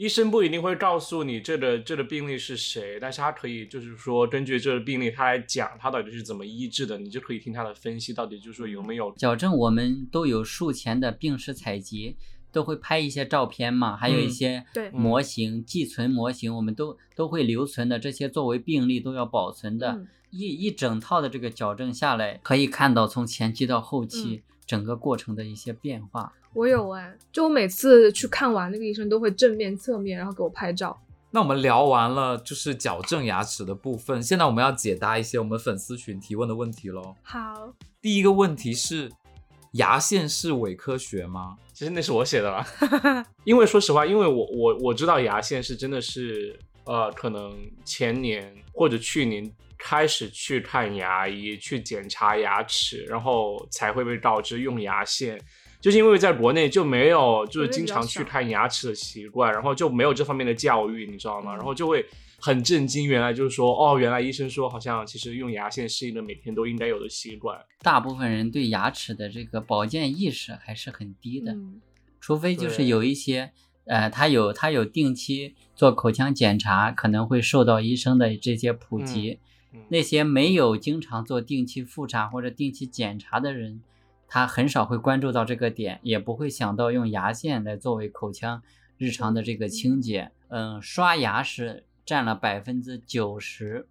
S2: 医生不一定会告诉你这个这个病例是谁，但是他可以就是说根据这个病例，他来讲他到底是怎么医治的，你就可以听他的分析，到底就是说有没有
S4: 矫正我们都有术前的病史采集，都会拍一些照片嘛，还有一
S1: 嗯
S4: 些
S3: 对
S4: 模型、寄存模型，我们都都会留存的，这些作为病例都要保存的。
S3: 嗯
S4: 一一整套的这个矫正下来，可以看到从前期到后
S3: 嗯
S4: 期、整个过程的一些变化。
S3: 我有哎、就我每次去看完那个医生都会正面、侧面，然后给我拍照。
S1: 那我们聊完了就是矫正牙齿的部分，现在我们要解答一些我们粉丝群提问的问题喽。
S3: 好，
S1: 第一个问题是，牙线是伪科学吗？
S2: 其实那是我写的啦， 因为说实话，因为我我我知道牙线是真的是呃，可能前年或者去年开始去看牙医去检查牙齿，然后才会被告知用牙线。就是因为在国内就没有就是经常去看牙齿的习惯，然后就没有这方面的教育，你知道吗？然后就会很震惊，原来就是说哦，原来医生说好像其实用牙线是一个每天都应该有的习惯。
S4: 大部分人对牙齿的这个保健意识还是很低的，
S3: 嗯，
S4: 除非就是
S2: 对
S4: 有一些，呃，他有他有定期做口腔检查，可能会受到医生的这些普及。
S2: 嗯
S4: 那些没有经常做定期复查或者定期检查的人，他很少会关注到这个点，也不会想到用牙线来作为口腔日常的这个清洁。嗯，刷牙是占了百分之九十，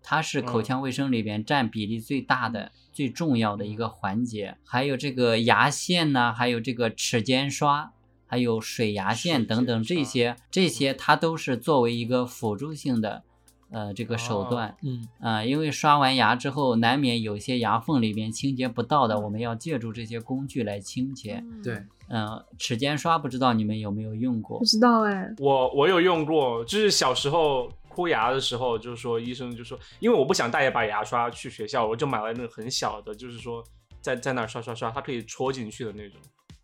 S4: 它是口
S2: 嗯
S4: 腔卫生里边占比例最大的、最重要的
S2: 嗯
S4: 一个环节。还有这个牙线呢，还有这个齿间刷。还有水牙线
S2: 齿
S4: 等等
S2: 间
S4: 这
S2: 刷嗯
S4: 些，这些它都是作为一个辅助性的，呃，这个手
S2: 哦
S4: 段。
S1: 嗯，
S4: 啊、因为刷完牙之后，难免有些牙缝里边清洁不到的，我们要借助这些工具来清洁。
S3: 嗯
S1: 对，
S4: 嗯、齿间刷不知道你们有没有用过
S3: 不？知道哎、
S2: 我我有用过，就是小时候哭牙的时候，就是说医生就说，因为我不想带一把牙刷去学校，我就买了那个很小的，就是说在在那儿刷刷刷，它可以戳进去的那种，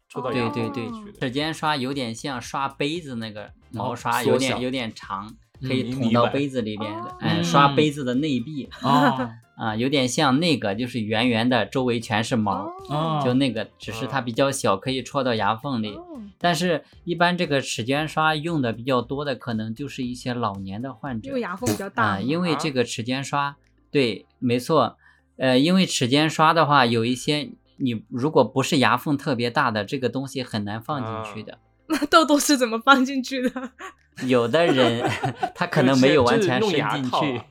S2: 戳到牙
S4: 对
S2: 缝
S4: 哦对
S2: 里
S4: 对
S2: 去，的。
S4: 齿间刷有点像刷杯子那个毛
S1: 哦
S4: 刷，
S1: 缩
S4: 有点
S1: 小
S4: 有点长，
S1: 嗯
S4: 可以
S2: 迷
S4: 捅
S2: 你
S4: 到
S2: 版
S4: 杯子里边
S3: 哦，
S4: 嗯，刷
S1: 嗯
S4: 杯子的内壁
S1: 哦，
S4: 啊、有点像那个，就是圆圆的，周围全是毛，
S1: 哦
S4: 就那个，只是它
S2: 哦
S4: 比较小，可以戳到牙缝里。
S3: 哦
S4: 但是，一般这个齿间刷用的比较多的，可能就是一些老年的患者，
S3: 因为牙缝比较大
S4: 啊、
S3: 嘛，
S4: 因为这
S2: 啊
S4: 个齿间刷，对，没错，呃，因为齿间刷的话，有一些你如果不是牙缝特别大的，这个东西很难放进
S2: 啊
S4: 去的。
S3: 那 痘痘是怎么放进 去的？
S4: 有 的人他可能没有完全
S2: 就
S4: 伸
S2: 是弄牙
S4: 进
S2: 套
S4: 去
S2: 啊，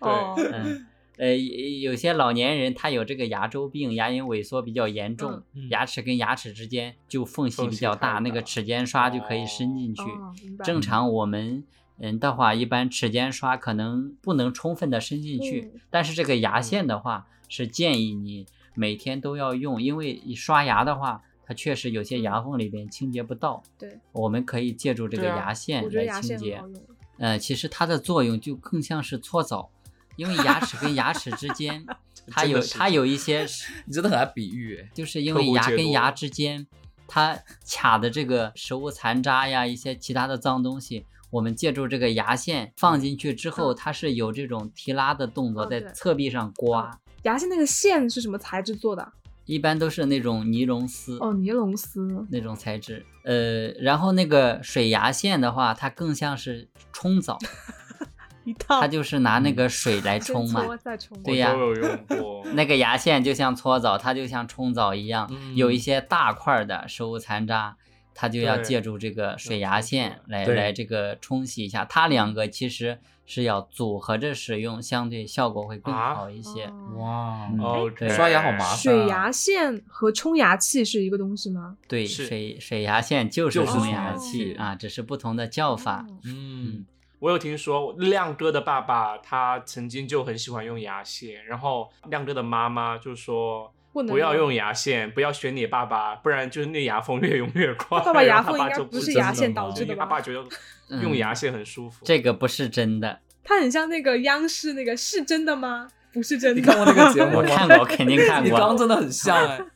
S3: 哦，
S4: 嗯，呃，有些老年人他有这个牙周病，牙龈萎缩比较严重，
S1: 嗯
S4: 牙齿跟牙齿之间就缝隙
S2: 缝
S4: 比
S2: 隙
S4: 较
S2: 太
S4: 大，那个
S2: 大
S4: 齿间刷就可以
S2: 哦
S4: 伸进去。
S3: 哦明白
S4: 正常我们人的话，一般齿间刷可能不能充分的伸进去，
S3: 嗯
S4: 但是这个牙线的话是建议你每天都要用，因为你刷牙的话，它确实有些牙缝里边清洁不到。
S3: 嗯对，
S4: 我们可以借助这个
S2: 对啊
S4: 牙线
S3: 我觉得
S4: 来
S3: 牙
S4: 清
S3: 线
S4: 洁。
S3: 很好用。
S4: 呃，其实它的作用就更像是搓澡，因为牙齿跟牙齿之 间，它
S2: 真的
S4: 有
S2: 是
S4: 它有一些是
S1: 你真的很爱比喻诶，
S4: 就是因
S2: 刻
S4: 为
S2: 骨
S4: 牙
S2: 解
S4: 跟
S2: 毒
S4: 牙之间，它卡的这个食物残渣呀，一些其他的脏东西，我们借助这个牙线放进去之后，
S3: 嗯
S4: 它是有这种提拉的动作，
S3: 哦
S4: 在
S3: 对嗯
S4: 侧壁上刮，
S3: 牙线那个线是什么材质做的？啊
S4: 一般都是那种尼龙丝
S3: 哦，尼龙丝。
S4: 那种材质。呃，然后那个水牙线的话，它更像是冲澡，
S3: 一套
S4: 它就是拿那个水来
S3: 哦 先
S4: 冲
S3: 搓
S4: 嘛。
S3: 再冲。
S4: 对
S2: 我
S4: 呀
S2: 都有用过。
S4: 那个牙线就像搓澡，它就像冲澡一样，有一
S1: 嗯
S4: 些大块儿的食物残渣，它就要借助这个水牙线来
S1: 对
S4: 来这个冲洗一下。它两个其实是要组合着使用，相对效果会更
S2: 啊
S4: 好一些。
S3: 哦
S1: 哇，
S4: 嗯
S2: 哦，
S4: 对
S1: 刷牙好麻烦
S4: 啊
S3: 水牙线和冲牙器是一个东西吗？
S4: 对，
S2: 是
S4: 水水牙线就是
S1: 就是
S4: 冲
S3: 冲
S4: 牙
S3: 牙
S4: 器
S1: 器
S4: 啊，只是不同的叫法。
S3: 哦
S1: 嗯，
S2: 我有听说亮哥的爸爸他曾经就很喜欢用牙线，然后亮哥的妈妈就说。
S3: 不能
S2: 不要用牙线，不要选你爸爸，不然就是那牙缝越用越宽。
S3: 爸爸牙
S2: 然后
S3: 缝
S2: 爸
S3: 应该
S2: 就
S3: 不
S2: 不
S3: 是
S2: 知
S3: 牙
S2: 道
S3: 线
S2: 了
S3: 导致
S2: 因为
S3: 的
S2: 他爸
S3: 吧？
S2: 觉得
S4: 嗯
S2: 用牙线很舒服。
S4: 这个不是真的，
S3: 他很像那个央视那个是真的吗？不是真的。
S1: 你看过那个节目
S4: 我
S1: 吗
S4: 看过，我肯定看
S1: 你刚刚
S4: 过。
S1: 真的很 像哎、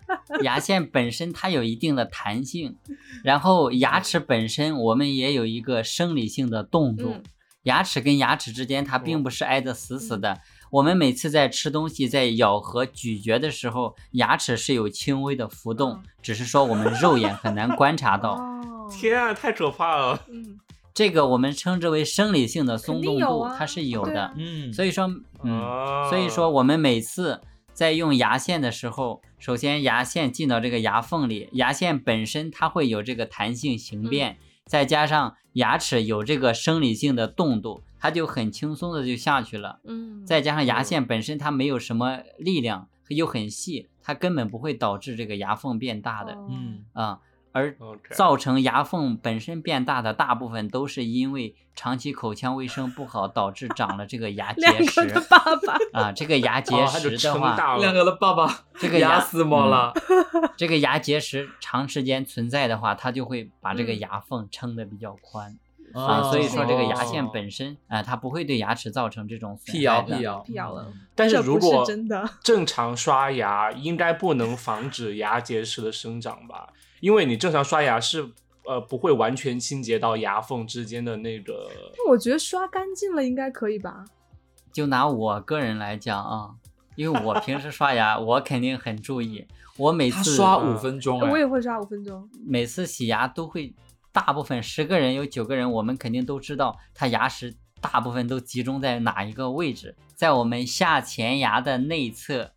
S4: 牙线本身它有一定的弹性，然后牙齿本身我们也有一个生理性的动作，
S3: 嗯
S4: 牙齿跟牙齿之间它并不是挨得死死的。我们每次在吃东西、在咬合、咀嚼的时候，牙齿是有轻微的浮动
S3: 嗯，
S4: 只是说我们肉眼很难观察到。
S3: 哦，
S2: 天啊，太可怕了！
S3: 嗯，
S4: 这个我们称之为生理性的松
S3: 肯
S4: 动
S3: 定有
S4: 度
S3: 啊，，
S4: 它是有
S3: 对
S4: 的
S3: 啊。
S1: 嗯，
S4: 所以说，嗯，
S2: 啊
S4: 所以说，我们每次在用牙线的时候，首先牙线进到这个牙缝里，牙线本身它会有这个弹性形变，
S3: 嗯
S4: 再加上牙齿有这个生理性的动度，它就很轻松的就下去了。
S3: 嗯，
S4: 再加上牙线本身它没有什么力量，又很细，它根本不会导致这个牙缝变大的
S3: 哦，
S1: 嗯，
S4: 啊、而
S2: 哦 OK
S4: 造成牙缝本身变大的大部分都是因为长期口腔卫生不好导致长了这个牙
S3: 两
S4: 结
S3: 个的
S4: 石。
S3: 爸爸，
S4: 啊，这个牙结
S2: 哦他就
S4: 石的
S2: 撑
S4: 话，
S2: 大了，
S1: 亮哥的爸爸
S4: 这个
S1: 牙
S4: 牙
S1: 死我了，
S4: 这个牙结石长时间存在的话，它就会把这个
S3: 嗯
S4: 牙缝撑得比较宽、
S1: 啊
S4: 啊，所以说这个牙线
S2: 哦
S4: 本身啊、它不会对牙齿造成这种损
S1: 辟
S4: 害
S1: 谣
S4: 的
S1: 辟谣
S3: 辟谣了，
S2: 但
S3: 这
S2: 如
S3: 不是
S2: 果
S3: 真的
S2: 正常刷牙，应该不能防止牙结石的生长吧？因为你正常刷牙是呃不会完全清洁到牙缝之间的那个。
S3: 但我觉得刷干净了应该可以吧？
S4: 就拿我个人来讲啊，因为我平时刷牙，我肯定很注意，我每
S1: 他
S4: 次嗯
S1: 刷五分钟、哎
S3: 我也会刷五分钟。
S4: 每次洗牙都会，大部分十个人有九个人，我们肯定都知道他牙石大部分都集中在哪一个位置，在我们下前牙的内侧。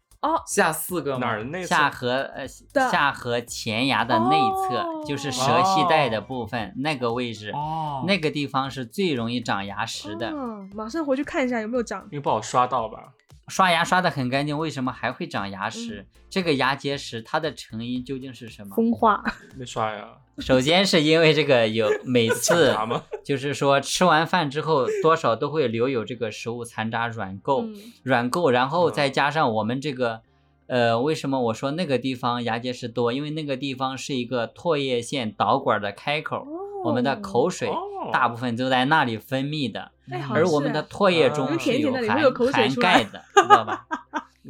S1: 下四个吗
S2: 哪儿？内侧
S4: 嗯下颌呃
S3: 的
S4: 下颌前牙的内侧，
S3: 哦
S4: 就是舌系带的部分、那个位置、
S1: 哦，
S4: 嗯那个地方是最容易长牙石的。
S3: 嗯，马上回去看一下有没有长。
S2: 因为不好刷到吧？
S4: 刷牙刷的很干净，为什么还会长
S3: 嗯
S4: 牙石？这个牙结石它的成因究竟是什么？
S3: 风化，
S2: 没刷牙，
S4: 首先是因为这个有 每次
S2: 牙吗？
S4: 就是说吃完饭之后多少都会留有这个食物残渣软垢。
S3: 嗯，
S4: 软垢，然
S2: 嗯
S4: 后再加上我们这个，呃，为什么我说那个地方牙结石多？因为那个地方是一个唾液腺导管的开口，我们的口水
S2: 哦
S4: 大部分都在那里分泌的，
S3: 哎好像
S4: 而
S3: 是
S4: 我们的
S3: 哎
S4: 唾液
S2: 因为
S4: 中是
S3: 甜
S4: 有
S3: 甜的里会
S4: 含
S3: 有口水
S4: 含
S3: 出来
S4: 钙的，知道吧？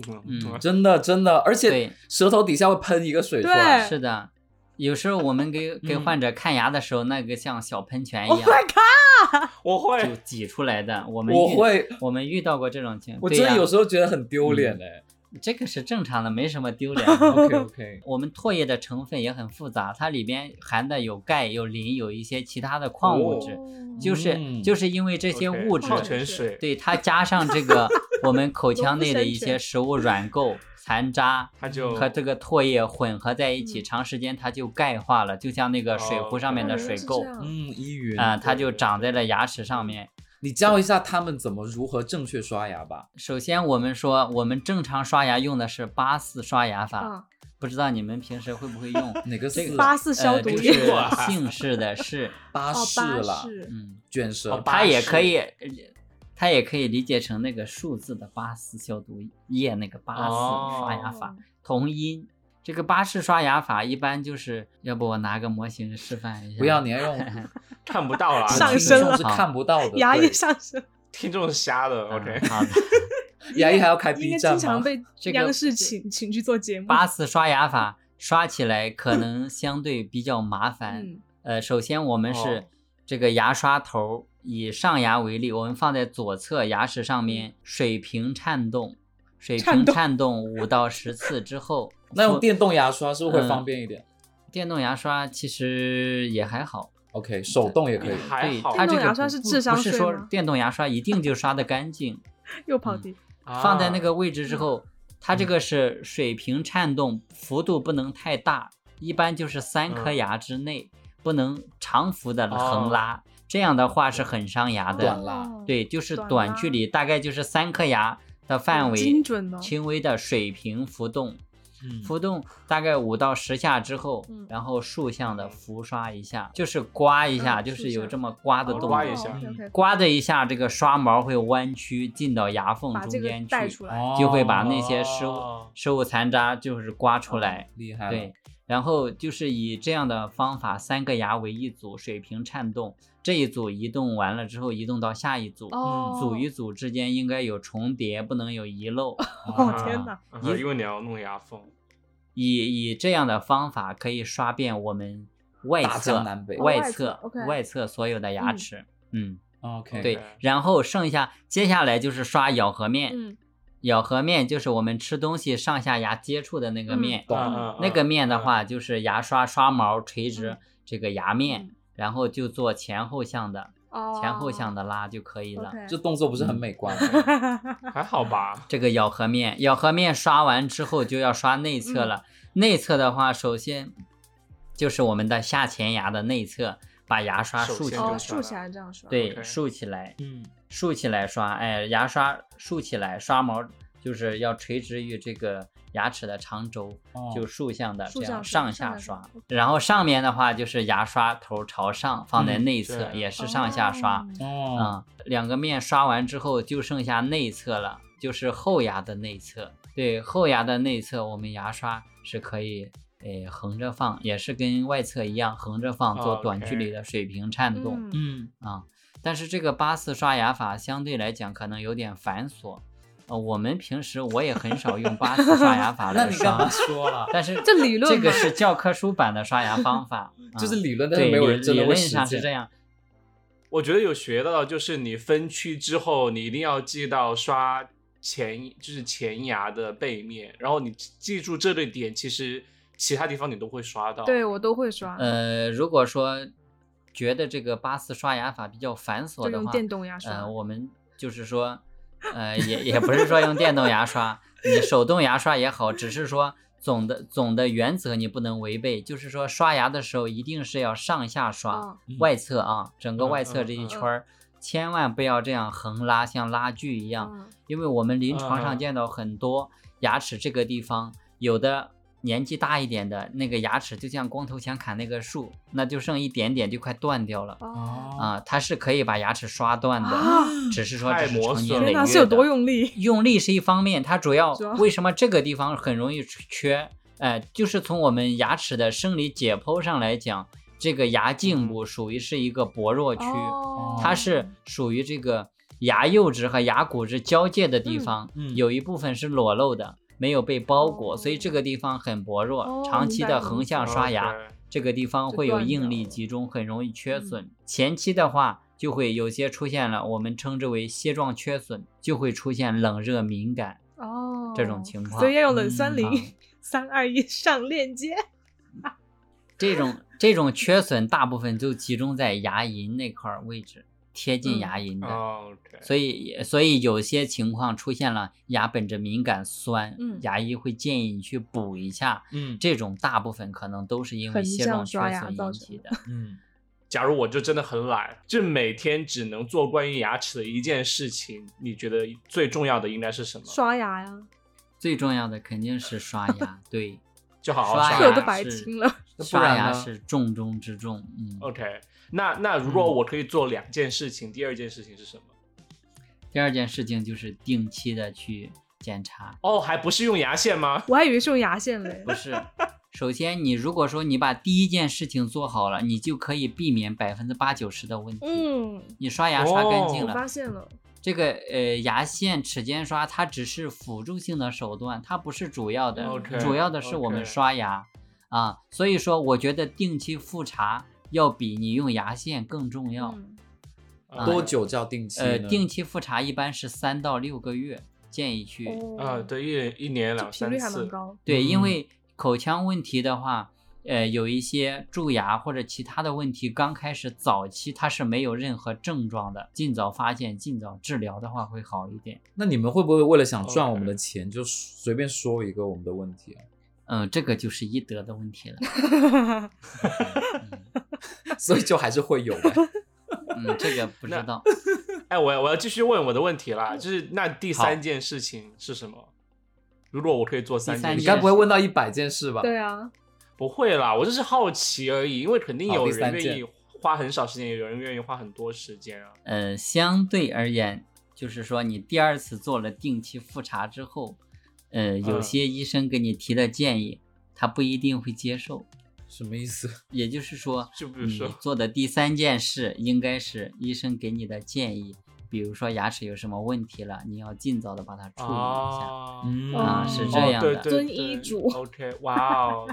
S4: 嗯
S2: 嗯
S1: 真的真的，而且
S4: 对
S1: 舌头底下会喷一个水出来，
S3: 对
S4: 是的。有时候我们给给
S1: 嗯
S4: 患者看牙的时候，那个像小喷泉一
S3: Oh
S4: 样
S3: my god！
S2: 我
S4: 就
S2: 会，
S4: 挤出来的，我们
S1: 我
S4: 遇
S1: 会，
S4: 我们遇到过这种情况，
S1: 我
S4: 对
S1: 真的
S4: 呀
S1: 有时候觉得很丢脸
S4: 嗯
S1: 哎。
S4: 这个是正常的，没什么丢 脸。
S1: OK OK，
S4: 我们唾液的成分也很复杂，它里边含的有钙、有磷、有一些其他的矿物质，就是、
S1: 嗯
S4: 就是因为这些
S2: OK，
S4: 物质
S2: 矿泉水，
S4: 对它加上这个我们 口腔内的一些食物软垢、残渣
S2: 它就
S4: 和这个唾液混合在一起，
S3: 嗯
S4: 长时间它就钙化了，就像那个水壶上面的水垢
S3: 哦
S4: 啊、
S1: 嗯，依云
S4: 它就长在了牙齿上面。
S1: 你教一下他们怎么如何正确刷牙吧。
S4: 首先，我们说我们正常刷牙用的是八四刷牙法，
S3: 啊，
S4: 不知道你们平时会不会用？
S1: 哪个
S4: 这
S1: 四
S4: 个
S3: 八 四消毒
S4: 呃、
S3: 液
S4: 这
S2: 哇
S4: 个是姓氏的氏，
S1: 巴
S3: 哦，
S1: 士
S3: 巴
S1: 啦，
S3: 士，
S4: 嗯，
S1: 卷舌
S2: 哦
S4: 它
S2: 巴
S4: 也
S2: 氏
S4: 可以，呃它也可以理解成那个数字的八四消毒液那个八四刷牙法、
S3: 哦
S4: 同音。这个巴氏刷牙法一般就是，要不我拿个模型示范一下？
S1: 不要，你要 用
S2: 看不到啦，
S3: 上
S1: 听
S3: 身
S1: 众
S3: 了
S1: 是看不到的，
S3: 牙
S1: 对
S3: 也上升，
S2: 听众是瞎的。OK，
S4: 嗯、好的。
S1: 牙医还要开
S3: 应
S1: B
S3: 该
S1: 站
S3: 经
S1: 吗？，
S3: 常被
S4: 这个
S3: 央视请请去做节目。
S4: 八四刷牙法刷起来可能相对比较麻烦，
S3: 嗯
S4: 呃，首先我们是
S2: 哦
S4: 这个牙刷头，以上牙为例，我们放在左侧牙齿上面，水平颤动，水
S3: 嗯颤
S4: 平
S3: 动
S4: 颤动五到十次之后
S1: 那用
S4: 搓
S1: 电动牙刷是不是会
S4: 嗯
S1: 方便一点
S4: 电动牙刷其实也还好，
S1: ？OK，手动也可以。
S2: 还
S4: 对
S2: 好
S4: 它
S3: 电
S4: 这
S3: 动
S4: 个
S3: 牙刷
S4: 不
S3: 是
S4: 不
S3: 智商
S4: 不是
S3: 税
S4: 说
S3: 吗
S4: 电动牙刷一定就刷的干净，
S3: 又
S4: 嗯
S3: 跑题，
S4: 放
S2: 啊
S4: 在那个位置之
S3: 嗯
S4: 后，它这个是水平颤动，幅度不能太大，一般就是三颗
S2: 嗯
S4: 牙之内，不能长幅的
S2: 哦
S4: 横拉，这样的话是很伤牙的。
S1: 短啦
S3: 哦，
S4: 对，就是
S3: 短
S4: 短
S3: 拉
S4: 距离，大概就是三颗牙的范围，
S3: 精准哦
S4: 轻微的水平浮动。
S1: 嗯
S4: 浮动大概五到十下之后
S3: 嗯，
S4: 然后竖向的浮刷一下，就是刮一下，
S3: 嗯
S4: 就是
S3: 竖
S4: 有
S3: 向
S4: 这么刮的
S2: 哦
S4: 动作，嗯
S2: 刮一下
S3: OK，
S4: 刮的一下，这个刷毛会弯曲进到牙缝
S3: 把这
S4: 中
S3: 个
S4: 间
S3: 带
S4: 去
S3: 出，
S1: 哦
S3: 来。
S4: 就会
S2: 啊
S4: 把那些食物
S2: 哦
S4: 食物残渣就是刮出来。
S1: 厉哦害了，
S4: 对，然后就是以这样的方法，三个牙为一组，水平颤动，这一组移动完了之后，移动到下一组。
S3: 哦，
S4: 组与组之间应该有重叠，不能有遗漏。
S3: 哦
S4: 啊
S3: 天哪！
S2: 嗯哼因为你要弄牙缝，
S4: 以以这样的方法可以刷遍我们外
S1: 大江
S4: 侧
S1: 南北
S4: 外
S3: 哦外侧
S4: 侧
S3: ，OK
S4: 外侧所有的牙
S3: 嗯
S4: 齿。嗯，
S1: ，OK，
S4: 对
S2: OK。
S4: 然后剩下接下来就是刷咬合面，
S3: 嗯，
S4: 咬合面就是我们吃东西上下牙接触的那个
S3: 嗯
S4: 面。
S1: 懂
S2: 嗯
S4: 那个面的，话，就是牙刷刷毛垂直
S3: 嗯
S4: 这个牙面
S3: 嗯，
S4: 然后就做前后向的
S3: 哦，
S4: 前后向的拉就可以了。
S3: OK 哦
S1: 这动作不是很美 观吗，
S2: 嗯嗯嗯还好吧？
S4: 这个咬合面，咬合面刷完之后就要刷内侧了。内侧的话，首先就是我们的下前牙的内侧，把牙刷
S2: 首
S4: 竖起
S2: 先
S4: 来
S3: 哦，
S2: 就，
S3: 竖起来这样刷。
S4: 对，
S2: OK
S4: 竖起来，
S1: 嗯，
S4: 竖起来刷，哎，牙刷竖起来，刷毛就是要垂直于这个牙齿的长轴，
S1: 哦
S4: 就竖向的
S3: 竖
S4: 这样
S3: 向刷
S4: 上
S3: 上
S4: 下
S3: 下
S4: 刷
S3: 刷。
S4: 然后上面的话就是牙刷头朝上放在
S1: 嗯
S4: 内侧，
S2: 对
S4: 也是上下刷。
S3: 哦
S1: 哦，
S4: 啊、两个面刷完之后就剩下内侧了，就是后牙的内侧。对，后牙的内侧，我们牙刷是可以诶、横着放，也是跟外侧一样横着放，做
S2: OK
S4: 短距离的水平颤动
S3: 嗯
S1: 嗯，
S4: 啊、但是这个八次刷牙法相对来讲可能有点繁琐，呃，我们平时我也很少用八次刷牙法
S1: 那
S4: 来
S1: 你干嘛
S4: 刷，啊
S1: 说 了？
S4: 但是
S3: 这理论
S4: 这个
S3: 嘛
S4: 是教科书版的刷牙方法，啊
S1: 就是理论，但
S4: 对
S1: 是没有
S4: 理
S1: 人真
S4: 理
S1: 的会
S4: 论
S1: 实
S4: 上是这
S1: 践。
S4: 样，
S2: 我觉得有学到，就是你分区之后，你一定要记到刷前，就是前牙的背面，然后你记住这个点，其实其他地方你都会刷到。
S3: 对我都会刷。
S4: 呃，如果说觉得这个八次刷牙法比较繁琐
S3: 就
S4: 的
S3: 用
S4: 话，
S3: 电动牙刷
S4: 呃，。我们就是说，呃，也也不是说用电动牙刷，你手动牙刷也好，只是说总的总的原则你不能违背，就是说刷牙的时候一定是要上下刷，
S3: 哦
S4: 外侧啊，整个
S2: 嗯
S4: 外侧这
S2: 嗯
S4: 一
S2: 嗯
S4: 圈儿。千万不要这样横拉，像拉锯一样，
S3: 嗯
S4: 因为我们临
S2: 嗯
S4: 床上
S2: 嗯
S4: 见到很多牙齿这个地方，有的年纪大一点的那个牙齿就像光头强砍那个树，那就剩一点点就快断掉了
S3: 哦，
S1: 哦，
S4: 啊、它是可以把牙齿刷断的，
S3: 啊
S4: 只是说这
S2: 太
S4: 是
S2: 磨
S4: 成
S2: 损
S4: 年
S2: 了
S3: 天
S4: 累月
S3: 哪，
S4: 的。
S3: 是有多用力？
S4: 用力是一方面，它主要
S3: 主要
S4: 为什么这个地方很容易缺？呃，就是从我们牙齿的生理解剖上来讲，这个牙
S2: 嗯
S4: 颈部属于是一个薄弱区。
S3: 哦
S4: 它是属于这个牙釉质和牙骨质交界的地方，
S1: 嗯嗯
S4: 有一部分是裸露的，没有被包裹，
S3: 哦
S4: 所以这个地方很薄弱。
S3: 哦
S4: 长期
S3: 明白
S4: 的横向刷牙，
S2: OK
S4: 这个地方会有应力集中，很容易缺损。
S3: 嗯
S4: 前期的话，就会有些出现了我们称之为楔状缺损，就会出现冷热敏感
S3: 哦
S4: 这种情况。
S3: 所以要用冷酸
S4: 嗯啊
S3: 灵。三二一，上链 接。
S4: 这种这种缺损大部分就集中在牙龈那块儿位置，贴
S3: 嗯
S4: 近牙龈的。
S2: 哦，OK，
S4: 所以，所以有些情况出现了牙本质敏感酸，
S3: 嗯
S4: 牙医会建议你去补一下。
S1: 嗯
S4: 这种大部分可能都是因为
S3: 横
S4: 楔
S3: 向
S4: 状缺
S3: 刷牙
S4: 损
S3: 造
S4: 引
S3: 成
S4: 起的。
S1: 嗯，
S2: 假如我就真的很懒，就每天只能做关于牙齿的一件事情，你觉得最重要的应该是什么？
S3: 刷牙呀，
S4: 最重要的肯定是刷牙， 对，
S2: 就好好
S4: 刷
S2: 刷
S3: 这我都
S2: 牙
S4: 牙
S3: 白
S4: 是
S3: 听了
S1: 那不
S4: 刷
S1: 然呢
S4: 牙
S1: 哦
S4: 是重中之重。嗯，
S2: OK，那那如果我可以做两件事情，第二件事情是什么？
S4: 第二件事情就是定期的去 检查，
S2: 哦，还不是用牙线吗？
S3: 我还以为是用牙线嘞
S4: 不。是。首先，你如果说你把第一件事情做好了，你就可以避免百分之八九十的问题。
S3: 嗯，
S4: 你刷牙刷干
S2: 哦
S4: 净
S3: 我
S4: 了，
S3: 发现了。
S4: 这个呃牙线、齿间刷，它只是辅助性的手段，它不是主要的。
S2: OK，
S4: 嗯主要的是我们
S2: OK
S4: 刷牙啊，所以说我觉得定期复查要比你用牙线更重要。
S3: 嗯，
S2: 啊
S1: 多久叫定期
S4: 呃，
S1: 呢？
S4: 定期复查一般是三到六个月，建议去。
S2: 啊？
S3: 哦，
S2: 对，一一年
S3: 这
S2: 两
S3: 频
S2: 三
S3: 率还蛮
S2: 次。
S3: 高。
S4: 对，因
S1: 嗯
S4: 为口腔问题的话，呃，有一些蛀牙或者其他的问题，刚开始早期它是没有任何症状的，尽早发现、尽早治疗的话会好一点。
S1: 那你们会不会为了想赚
S2: OK
S1: 我们的钱，就随便说一个我们的问题啊？
S4: 嗯、这个就是医德的问题了。嗯
S1: 所以就还是会有 的。
S4: 嗯，这个不知
S2: 那
S4: 道。
S3: 嗯
S2: 哎，我要我要继续问我的问题啦，就是那第
S4: 好
S2: 三件事情是什么？如果我可以做三
S4: 第三
S2: 件
S1: 你
S2: 事，
S1: 该不会问到一百件事吧？
S3: 对啊，
S2: 不会啦，我就是好奇而已，因为肯定
S1: 好
S2: 有
S1: 第
S2: 人
S1: 三
S2: 愿
S1: 件
S2: 意花很少时间，有人愿意花很多时间啊。
S4: 呃，相对而言，就是说你第二次做了定期复查之后，呃，有
S2: 嗯
S4: 些医生给你提的建议，他不一定会接受。
S1: 什么意思？
S4: 也就是说，
S2: 就比如
S4: 你
S2: 说
S4: 做的第三件事应该是医生给你的建议，比如说牙齿有什么问题了，你要尽早的把嗯它处理一下。
S2: 啊
S1: 嗯
S4: 啊
S3: 哦
S4: 是
S2: 哦
S4: 这样
S2: 对
S4: 的
S2: 对
S3: 遵
S2: 对
S3: 医嘱
S2: OK，哇 哦，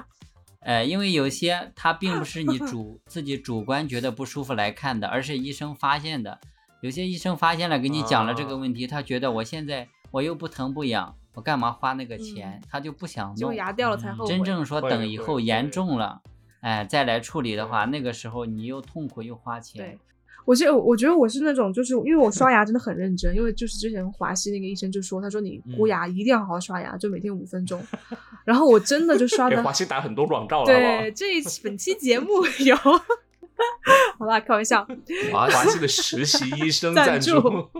S4: 呃，因为有些它并不是你主自己主观觉得不舒服来看的，而是医生发现的。有些医生发现了，给你讲了这
S3: 哦
S4: 个问题，他觉得我现在我又不疼不痒，我干嘛花那个钱？他就不想
S3: 结果嗯
S4: 弄。
S3: 牙掉了才
S1: 嗯
S3: 后悔。
S4: 真正说
S2: 会
S4: 等以
S2: 会
S4: 后
S2: 会
S4: 严重了，哎、再来处理的话，
S2: 对
S4: 那个时候你又痛苦又花钱
S3: 嗯对。我记得，我觉得我是那种，就是因为我刷牙真的很认真，因为就是之前华西那个医生就说，他说你箍牙一定要好好刷牙，就每天五分钟。然后我真的就 刷
S2: 给
S3: 的
S2: 华，西打很多广告了，好不好
S3: 对，这一期本期节目有， 好啦，开玩笑。
S1: 华
S2: 华西的实习医生
S3: 赞
S2: 赞
S3: 助
S2: 助，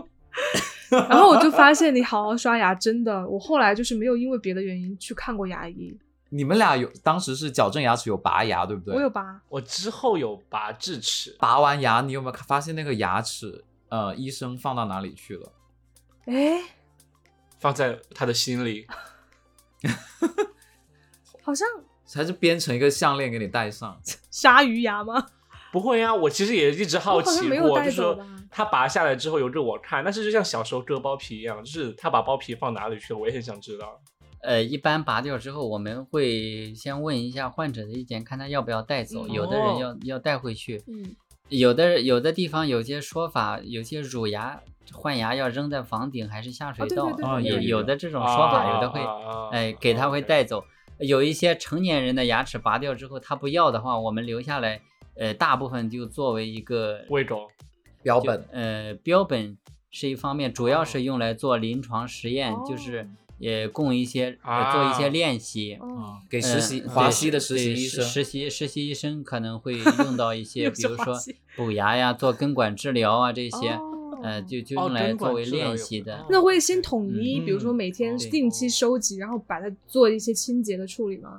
S3: 然后我就发现，你好好刷牙真的，我后来就是没有因为别的原因去看过牙医，
S1: 你们俩有当时是矫正牙齿有拔牙，对不对？
S3: 我有拔，
S2: 我之后有拔智齿，
S1: 拔完牙，你有没有发现那个牙齿？呃，医生放到哪里去了？
S3: 哎，
S2: 放在他的心里，
S3: 好像
S1: 还是编成一个项链给你戴 上？
S3: 鲨鱼牙吗？
S2: 不会啊，我其实也一直好
S3: 我好像
S2: 奇
S3: 没有
S2: 过，
S3: 带
S2: 就
S3: 走
S2: 说
S3: 吧
S2: 他拔下来之后有给我看，但是就像小时候割包皮一样，就是他把包皮放哪里去了，我也很想知道。
S4: 呃，一般拔掉之后，我们会先问一下患者的意见，看他要不要带走。
S3: 嗯
S4: 有的人
S2: 哦
S4: 要、要带回去，
S3: 嗯，
S4: 有的有的地方有些说法，有些乳牙换牙要扔在房顶还是下水
S3: 对
S4: 道，
S3: 对
S1: 对对
S4: 有
S1: 对
S4: 有的这种说法，
S2: 啊
S4: 有的会，哎、给他会带
S2: 带。
S4: 走。有一些成年人的牙齿拔掉之后，他不要的话，我们留下来，呃，大部分就作为一个
S2: 喂狗，
S1: 标
S4: 就
S1: 本
S4: 呃标本是一方面，主要是用来做临床实验，就是也供一些、呃做一些
S2: 啊
S4: 练习。
S3: 哦，
S1: 啊，给实习
S4: 嗯
S1: 华
S4: 对
S1: 西的实习
S4: 对
S1: 医
S4: 实
S1: 生
S4: 实习实习医生可能会用到一些，
S3: 又
S4: 比
S3: 是
S4: 如
S3: 华
S4: 说
S3: 西
S4: 补牙呀、做根管治疗啊这些，
S3: 哦
S4: 呃，就就
S2: 哦
S4: 用来
S2: 根管
S4: 作为
S2: 治疗
S4: 练
S2: 有
S4: 习的。
S2: 哦
S3: 那会先统一，比如说
S1: 嗯
S3: 每天
S4: 对
S3: 定期收集，然后把它做一些清洁的处理吗？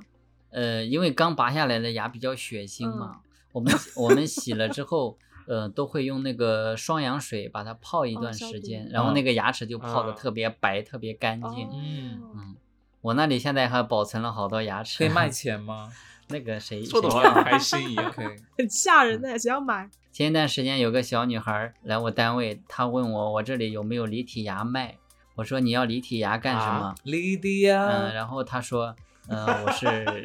S4: 呃，因为刚拔下来的牙比较血腥嘛，
S3: 嗯
S4: 我们我们洗了之后，呃，都会用那个双氧水把它泡一
S3: 哦
S4: 段
S3: 消
S4: 时
S3: 毒
S4: 间，然后那个牙齿就泡的
S2: 啊
S4: 特别白、特别干净。
S3: 哦
S1: 嗯
S4: 嗯，我那里现在还保存了好多牙齿。
S1: 可以卖钱 吗
S4: 那个谁
S2: 做的
S4: 谁啊
S2: 好像很开心一 样。
S1: ？OK，
S3: 很吓人的，谁要买？
S4: 前一段时间有个小女孩来我单位，她问我我这里有没有离体牙卖，我说你要离体牙干什么
S2: 啊？
S4: 嗯，
S1: Lydia，
S4: 然后她说，嗯、我是呃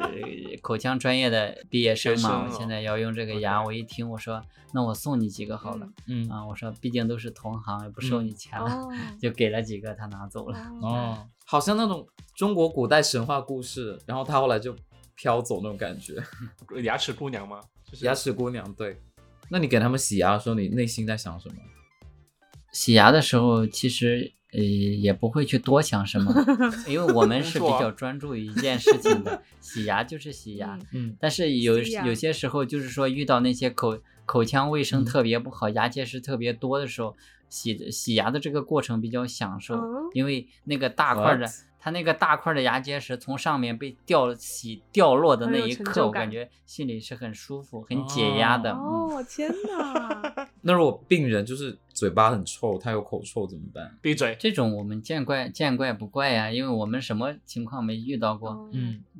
S4: 口腔专业的毕业生
S2: 学
S4: 嘛，
S2: 生
S4: 我现
S2: 哦
S4: 在要用这个牙。
S2: OK
S4: 我一听我说，那我送你几个好了。
S1: 嗯
S4: 啊，我说毕竟都是同行，也不收你钱了，
S2: 嗯
S3: 哦
S4: 就给了几个，她拿走了。
S3: 哦，
S4: 嗯
S1: 哦，好像那种中国古代神话故事，然后他后来就飘走那种感觉。
S2: 牙齿姑娘吗？就是
S1: 牙齿姑娘，对。那你给他们洗牙的时候，你内心在想什么？
S4: 洗牙的时候，其实呃也不会去多想什么， 因为我们是比
S2: 工作啊
S4: 较专注于一件事情的，洗牙就是洗牙。
S3: 嗯
S1: 嗯，
S4: 但是有
S3: 洗牙
S4: 有些时候，就是说遇到那些口口腔卫生特别不好、牙结石特别多的时候，洗洗牙的这个过程比较享受，
S3: 嗯
S4: 因为那个大块的
S1: What？
S4: 它那个大块的牙结石从上面被掉洗掉落的
S3: 很
S4: 那
S3: 有
S4: 一
S3: 哎成
S4: 刻，
S3: 就
S4: 我感
S3: 感
S4: 觉心里是很舒服、很解压的。嗯
S3: 哦，天哪！
S1: 那如果病人就是嘴巴很臭，他有口臭怎么办？
S2: 闭嘴。
S4: 这种我们见怪见怪不怪呀、因为我们什么情况没遇到过，
S3: 哦，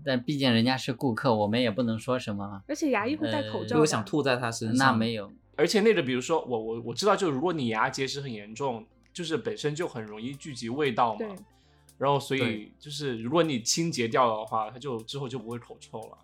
S4: 但毕竟人家是顾客，我们也不能说什么啊。
S3: 而且牙医会戴口
S4: 呃
S1: 如
S3: 罩
S1: 果
S3: 的，
S1: 想吐在他身上，
S4: 那没有，
S2: 而且那个，比如说我我我知道，就是如果你牙结石很严重，就是本身就很容易聚集味道
S3: 对
S2: 嘛。然后所以
S1: 对
S2: 就是如果你清洁掉的话，它就之后就不会口臭了。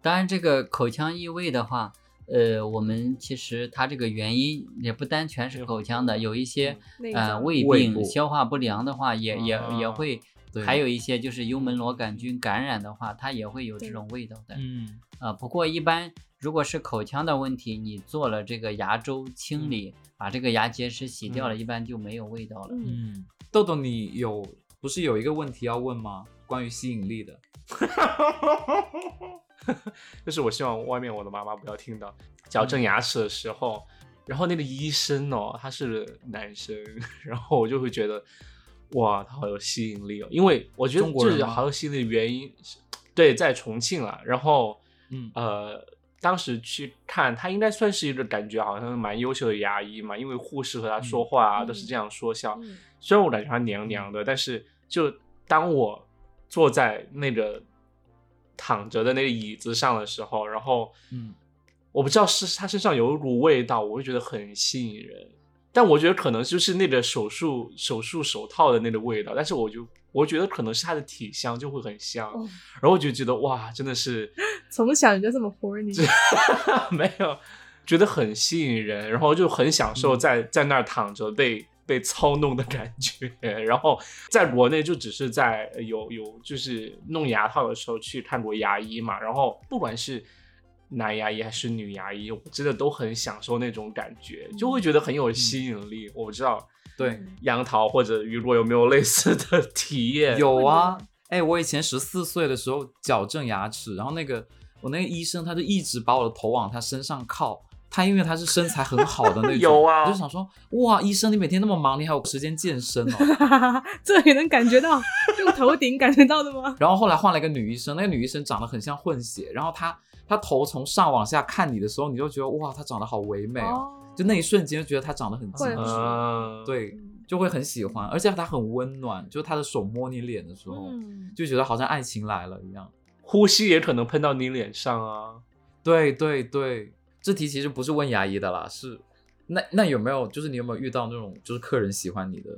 S4: 当然，这个口腔异味的话，呃，我们其实它这个原因也不单全是口腔的，有一
S2: 嗯
S4: 些
S3: 内
S4: 呃
S3: 脏
S4: 胃
S1: 胃
S4: 病、
S1: 部哦
S4: 消化不良的话，也也也
S2: 啊
S4: 会
S1: 对，
S4: 还有一些就是幽门螺杆菌感染的话，它也会有这
S3: 对
S4: 种味道的。
S1: 嗯，
S4: 呃，不过一般如果是口腔的问题，你做了这个牙周清
S2: 嗯
S4: 理，把这个牙结石洗掉了，
S2: 嗯
S4: 一般就没有味道了。
S3: 嗯，
S1: 嗯，豆豆，你有不是有一个问题要问吗？关于吸引力的，
S2: 就是我希望外面我的妈妈不要听到矫
S1: 嗯
S2: 正牙齿的时候，然后那个医生哦，他是男生，然后我就会觉得哇，他好有吸引力哦！因为我觉得
S1: 中国人
S2: 这
S1: 吗
S2: 好有吸引力的原因是，对，在重庆啦，然后
S1: 嗯
S2: 呃，当时去看他，应该算是一个感觉好像蛮优秀的牙医嘛，因为护士和他说话啊、
S3: 嗯
S2: 都是这样说笑。
S3: 嗯
S2: 虽然我感觉他娘娘的，但是就当我坐在那个躺着的那个椅子上的时候，然后
S1: 嗯，
S2: 我不知道是他身上有一股味道，我会觉得很吸引人。但我觉得可能就是那个手术手术手套的那个味道，但是我就我觉得可能是它的体香就会很香，
S3: 哦
S2: 然后我就觉得哇，真的是
S3: 从小你就这么活你，
S2: 没有觉得很吸引人，然后就很享
S1: 嗯
S2: 受在、在那儿躺着被被操弄的感觉。 然后在国内就只是在呃有有就是弄牙套的时候去看过牙医嘛，然后不管是男牙医还是女牙医，我真的都很享受那种感觉，
S1: 嗯
S2: 就会觉得很有吸引力。我不知道
S1: 对，
S3: 嗯
S2: 杨桃或者雨果有没有类似的体验？
S1: 有啊。哎，我以前十四岁的时候矫正牙齿，然后那个我那个医生他就一直把我的头往他身上靠。他因为他是身材很好的那种，
S2: 有啊
S1: 我就想说，哇，医生你每天那么忙，你还有时间健身哦。
S3: 这也能感觉到，用头顶感觉到的吗？
S1: 然后后来换了一个女医生，那个女医生长得很像混血，然后她她头从上往下看你的时候，你就觉得哇，她长得好唯美哦，
S3: 哦，
S1: 就那一瞬间就觉得她长得很精
S3: 会
S1: 致，
S2: 嗯，，
S1: 对，就会很喜欢，而且她很温暖，就是她的手摸你脸的时候，
S3: 嗯，
S1: 就觉得好像爱情来了一样。
S2: 呼吸也可能喷到你脸上啊。
S1: 对对对，这题其实不是问牙医的啦，是那那有没有就是你有没有遇到那种就是客人喜欢你的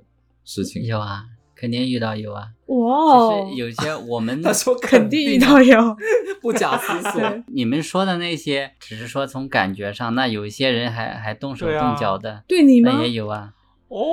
S1: 事情？
S4: 有啊，肯定遇到有啊。
S3: 哇哦，
S4: 就是有些我 们
S1: 他说
S3: 肯定遇到有，
S1: 不假思索
S3: 对，
S4: 你们说的那些，只是说从感觉上，那有一些人还还动手
S2: 对啊
S4: 动脚的，
S3: 对你吗
S4: 那？也有啊。
S2: 哦，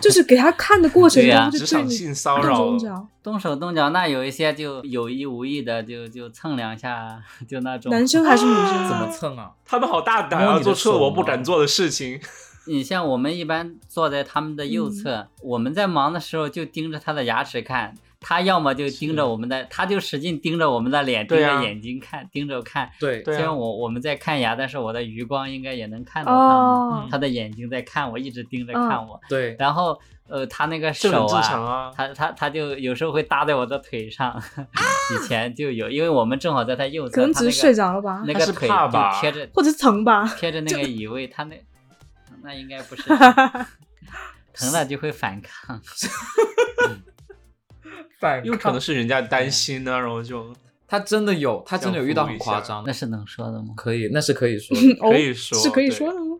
S3: 就是给他看的过程
S4: 对
S3: 中
S4: 啊
S3: 就
S2: 职
S3: 对
S2: 场
S3: 你
S2: 性骚
S3: 动
S2: 扰
S3: 中，脚，
S4: 动手动脚，那有一些就有意无意的就就蹭两下， 就那种。
S3: 男生还是女生？
S1: 怎么蹭啊？
S2: 他们好大胆
S1: 摸
S2: 啊，
S1: 你的
S2: 做出了
S1: 手
S2: 我不
S1: 吗
S2: 敢做的事 情。
S4: 你像我们一般坐在他们的右侧，
S3: 嗯
S4: 我们在忙的时候就盯着他的牙齿看，他要么就盯着我们的，他就使劲盯着我们的脸，盯
S2: 对啊
S4: 着眼睛看，盯着看。
S1: 对
S2: 对啊
S4: 虽然我我们在看牙，但是我的余光应该也能看嗯到他们，
S3: 哦
S4: 他的眼睛在看我，一直盯着
S3: 嗯
S4: 看我。
S1: 对，
S4: 然后呃，他那个
S2: 这
S4: 手
S2: 很正
S4: 啊，
S2: 常啊。
S4: 他他他就有时候会搭在我的腿上， 以前就有，因为我们正好在他右侧，
S3: 可能
S4: 他
S3: 只
S4: 那
S3: 是
S4: 个
S3: 睡着了吧
S4: 那
S2: 他
S4: 个
S2: 是
S4: 腿
S2: 怕
S4: 就
S2: 吧
S4: 贴着
S3: 或者是疼 吧？
S4: 贴着那个椅位，他那那应该 不是疼了就会反抗，
S1: 反
S2: 因为嗯可能是人家担心啊呢，然后就
S3: 哦
S1: 他真的有，他真的有遇到
S2: 想
S1: 很
S2: 扶一
S1: 夸
S2: 下
S1: 张
S4: 那
S1: 的，
S4: 是能说的吗？
S1: 可以，那是可以 说的
S3: 哦
S2: 可以说
S3: 是可以
S2: 对
S3: 说的吗？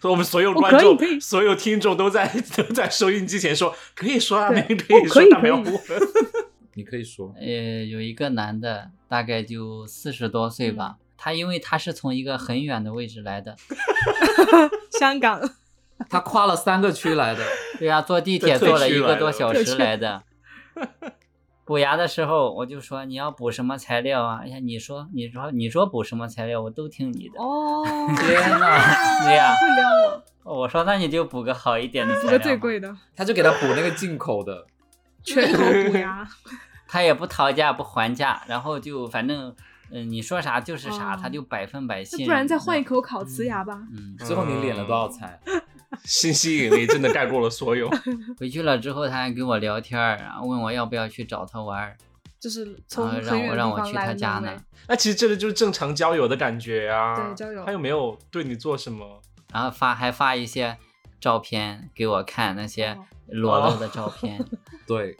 S2: 所以我们所有
S3: 我
S2: 观
S3: 可以
S2: 众
S3: 可以、
S2: 所有听众都在 都在收音机前说可以说啊，
S3: 对
S2: 明可以
S3: 哦
S2: 说
S3: 可以，
S2: 大
S3: 可
S2: 没有
S3: 以
S2: 问。
S1: 你可以说，
S4: 呃，有一个男的，大概就四十多岁吧，
S3: 嗯
S4: 他因为他是从一个很远的位置来的，
S3: 香 港，
S1: 他跨了三个区来的，
S4: 对呀、坐地
S2: 这
S4: 铁
S2: 特
S4: 坐了
S2: 区
S4: 一
S2: 来
S4: 个
S2: 的
S4: 多小
S3: 特
S4: 时
S3: 区
S4: 来的。补牙的时候，我就说你要补什么材料啊？哎呀，你说你说你说补什么材料，我都听你的。
S3: 哦，
S4: 天呐，对呀、
S3: 会撩我，
S4: 我说那你就补个好一点的材
S3: 补
S4: 料
S3: 个
S4: 嘛
S3: 最贵的，
S1: 他就给他补那个进口的，
S3: 全口补牙，
S4: 他也不讨价不还价，然后就反正嗯、你说啥就是啥，
S3: 哦
S4: 他就百分百信
S3: 那
S4: 任。
S3: 不然再换一口烤瓷牙吧。
S4: 嗯。
S1: 最后你敛了多少
S2: 哦
S1: 财？
S2: 新吸引力真的盖过了所 有。
S4: 嗯，回去了之后他还跟我聊天儿，然后问我要不要去找他玩儿，
S3: 就是
S4: 然
S3: 从
S4: 后
S3: 很
S4: 让
S3: 远的
S4: 我嗯啊让
S3: 地
S4: 我
S3: 方
S4: 去他
S3: 来的
S4: 家
S3: 那
S4: 呢
S3: 位。。
S2: 那其实这个就是正常交友的感觉啊，
S3: 对交友
S2: 他又没有对你做什么，
S4: 然后发还发一些照片给我看，那些
S3: 哦
S4: 裸露的照片。
S1: 对，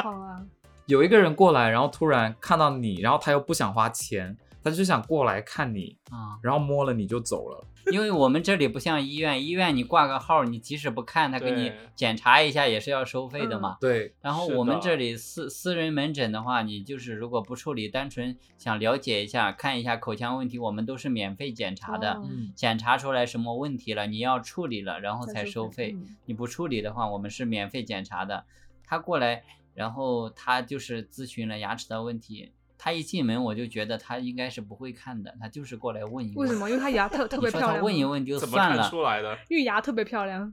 S3: 好啊，
S1: 有一个人过来，然后突然看到你，然后他又不想花钱，他就想过来看你，
S4: 啊、
S1: 然后摸了你就走了。
S4: 因为我们这里不像医院，医院你挂个号，你即使不看，他给
S2: 对
S4: 你
S2: 嗯
S4: 检查一下也是要收费的嘛。
S1: 对，
S4: 然后
S2: 是
S4: 我们
S2: 的
S4: 这里私私人门诊的话，你就是如果不处理，单纯想了解一下、看一下口腔问题，我们都是免费检查的。
S3: 哦
S1: 嗯，
S4: 检查出来什么问题了，你要处理了，然后
S3: 再
S4: 才收
S3: 收
S4: 费。
S3: 费嗯
S4: 你不处理的话，我们是免费检查的。他过来，然后他就是咨询了牙齿的问题。他一进门我就觉得他应该是不会看的，他就是过来问一
S3: 为
S4: 问。
S3: 什么？因为他牙 特特别
S4: 你说
S3: 漂
S4: 他
S3: 亮，
S4: 问一，问就
S2: 怎么
S4: 算
S2: 看
S4: 了，
S2: 出来的？
S3: 因为牙特别漂亮。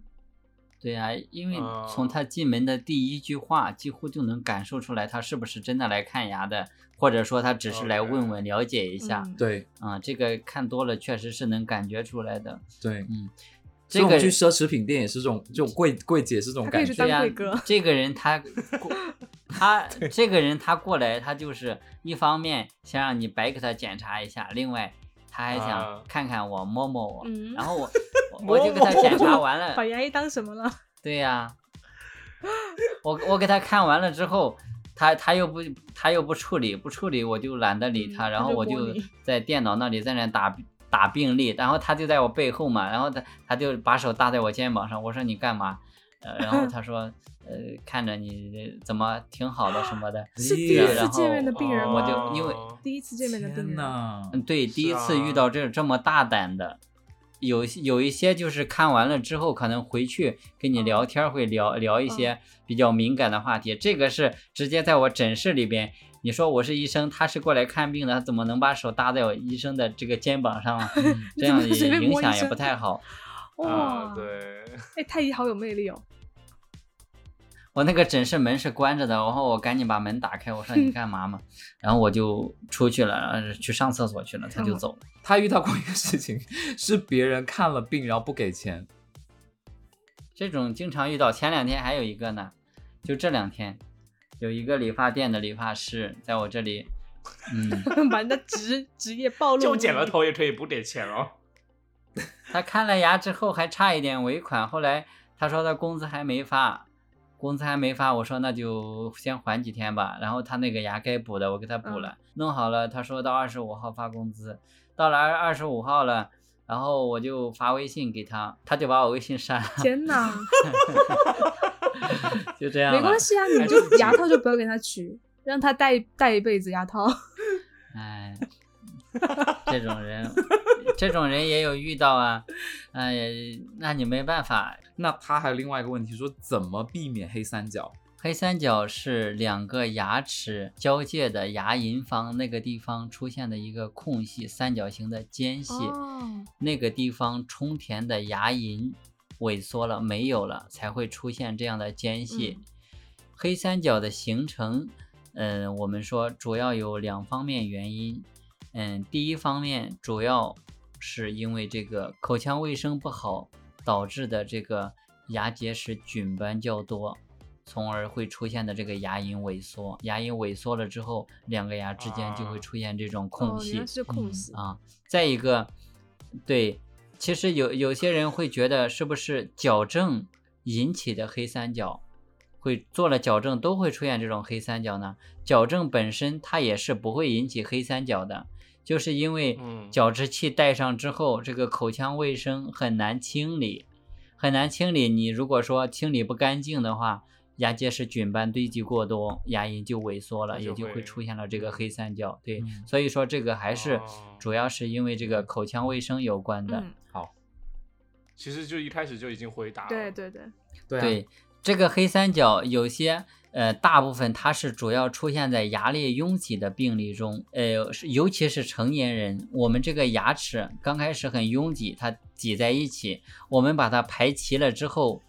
S4: 对呀、因为
S2: 啊
S4: 从他进门的第一句话，几乎就能感受出来他是不是真的来看牙的，或者说他只是来
S2: OK
S4: 问问了解一下。
S3: 嗯
S1: 对
S4: 啊、这个看多了确实是能感觉出来的。
S1: 对，所以我们
S4: 这个
S1: 去奢侈品店也是这种，这种柜柜姐是这种
S3: 他可
S1: 感
S3: 以
S1: 觉
S3: 去。
S4: 对
S3: 当
S4: 呀
S3: 贵哥，
S4: 这个人他过 他这个人他过来，他就是一方面想让你白给他检查一下，另外他还
S2: 啊
S4: 想看看我摸摸我，
S3: 嗯
S4: 然后 我
S2: 摸
S4: 我就给他
S2: 摸
S4: 检查完
S3: 把
S4: 了，
S3: 牙医当什么了？
S4: 对呀、我我给他看完了之后。他他又不他又不处理不处理我就懒得理他，
S3: 嗯
S4: 然
S3: 他
S4: 后
S3: 就
S4: 我
S3: 摸
S4: 就
S3: 你
S4: 在电脑那里在那打打病历，然后他就在我背后嘛，然后他他就把手搭在我肩膀上，我说你干嘛？呃，然后他说，呃，看着你怎么挺好的什么 的，啊
S3: 是
S1: 对
S3: 第一
S1: 哎呀
S3: 次
S4: 然
S3: 见
S4: 后
S3: 面的病人
S4: 我
S3: 吗？
S4: 就因为
S2: 哦
S3: 第一次见面的病
S1: 天
S3: 人，
S1: 呐，
S4: 嗯，对，第一次
S2: 是啊
S4: 遇到这这么大胆的，有一些有一些就是看完了之后，可能回去跟你聊天儿会聊聊
S3: 嗯
S4: 一些比较敏感的话题。这个是直接在我诊室里边，你说我是医生，他是过来看病的，他怎么能把手搭在我医生的这个肩 膀上啊？这样
S3: 你怎么随
S4: 也
S3: 便
S4: 影
S3: 摸医
S4: 响也
S3: 生
S4: 不太好。
S3: 哇
S2: 啊，，，对，
S3: 哎，太医好有魅力哦，
S4: 我那个诊室门是关着的，然后我赶紧把门打开，我说 你干嘛嘛？然后我就出去了，然后去上厕所去了，他
S3: 嗯
S4: 就走了。
S1: 他遇到过一个事情，是别人看了病然后不给钱，
S4: 这种经常遇到。前两天还有一个呢，就这两天有一个理发店的理发师在我这里，嗯，
S3: 把人家职职业暴露，
S2: 就剪了，头也可以不给钱哦。
S4: 他看了牙之后还差一点尾款，后来他说他工资还没发，工资还没发，我说那就先缓几天吧。然后他那个牙该补的我给他补了，
S3: 嗯
S4: 弄好了，他说到二十五号发工资，到了二二十五号了。然后我就发微信给他，他就把我微信删了，
S3: 天 哪，
S4: 就这样了。
S3: 没关系啊，你就牙套就不要给他取，让他戴戴一辈子牙套。
S4: 哎，这种人，这种人也有遇到啊。哎呀，那你没办法。
S1: 那他还有另外一个问题，说怎么避免黑三角？
S4: 黑三角是两个牙齿交界的牙龈房那个地方出现的一个空隙，三角形的间隙，
S3: 哦
S4: 那个地方充填的牙龈萎缩了，没有了，才会出现这样的间隙。
S3: 嗯
S4: 黑三角的形成，嗯、我们说主要有两方面原因。嗯，第一方面主要是因为这个口腔卫生不好导致的这个牙结石菌斑较多，从而会出现的这个牙龈萎缩。牙龈萎缩了之后，两个牙之间就会
S2: 啊
S4: 出现这种空
S3: 哦，
S4: 隙。
S3: 原来是空隙，
S4: 啊。再一个，对，其实有有些人会觉得是不是矫正引起的黑三角，会做了矫正都会出现这种黑三角呢？矫正本身它也是不会引起黑三角的，就是因为
S2: 嗯
S4: 矫治器戴上之后，这个口腔卫生很难清理，很难清理。你如果说清理不干净的话，牙结石菌斑堆积过多，牙龈就萎缩了，
S2: 它
S4: 也
S2: 就
S4: 就
S2: 会
S4: 会出现了这个黑三角。对，
S1: 嗯
S4: 所以说这个还是
S2: 哦
S4: 主要是因为这个口腔卫生有关的。
S3: 嗯，
S2: 其实就一开始就已经回答了。
S3: 对对对，
S1: 对啊，
S4: 对，这个黑三角有些呃，大部分它是主要出现在牙列拥挤的病例中，呃，是尤其是成年人，我们这个牙齿刚开始很拥挤，它挤在一起，我们把它排齐了之后，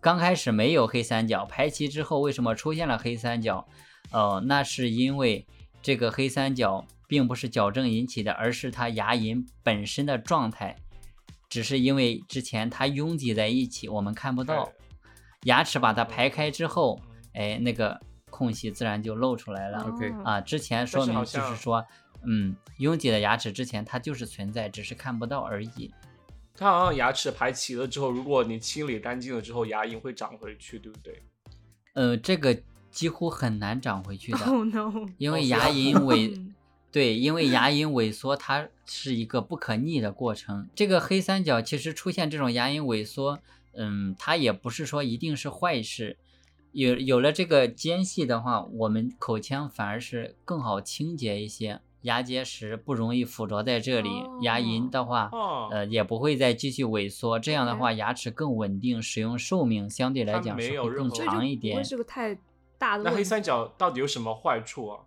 S4: 刚开始没有黑三角，排齐之后为什么出现了黑三角？呃，那是因为这个黑三角并不是矫正引起的，而是它牙龈本身的状态，只是因为之前它拥挤在一起，我们看不到
S2: 对，
S4: 牙齿把它排开之后，
S2: 嗯
S4: 哎，那个空隙自然就露出来了。
S1: OK
S3: 哦
S4: 啊，之前说
S2: 但是
S4: 明
S2: 好
S4: 就是
S2: 像
S4: 说，嗯，拥挤的牙齿之前它就是存在，只是看不到而已。
S2: 它好像牙齿排齐了之后，如果你清理干净了之后，牙龈会长回去，对不对？
S4: 呃，这个几乎很难长回去的，
S3: Oh no！
S4: 因
S2: 哦
S4: 为
S2: 是
S4: 牙
S2: 啊
S4: 龈萎
S3: 嗯，
S4: 对，因为牙龈萎缩它是一个不可逆的过程。这个黑三角其实出现这种牙龈萎缩，嗯，它也不是说一定是坏事。有有了这个间隙的话，我们口腔反而是更好清洁一些，牙结石不容易附着在这里，牙龈的话，
S2: 哦，
S4: 呃，也不会再继续萎缩。这样的
S3: OK
S4: 话，牙齿更稳定，使用寿命相对来
S2: 它
S4: 讲
S2: 没
S4: 是
S2: 有
S4: 会
S2: 任
S4: 更
S2: 何
S3: 所以
S4: 长一
S3: 就不
S4: 点
S3: 会。是个太大的
S2: 那
S3: 问
S2: 黑
S3: 题。
S2: 三角到底有什么坏处啊？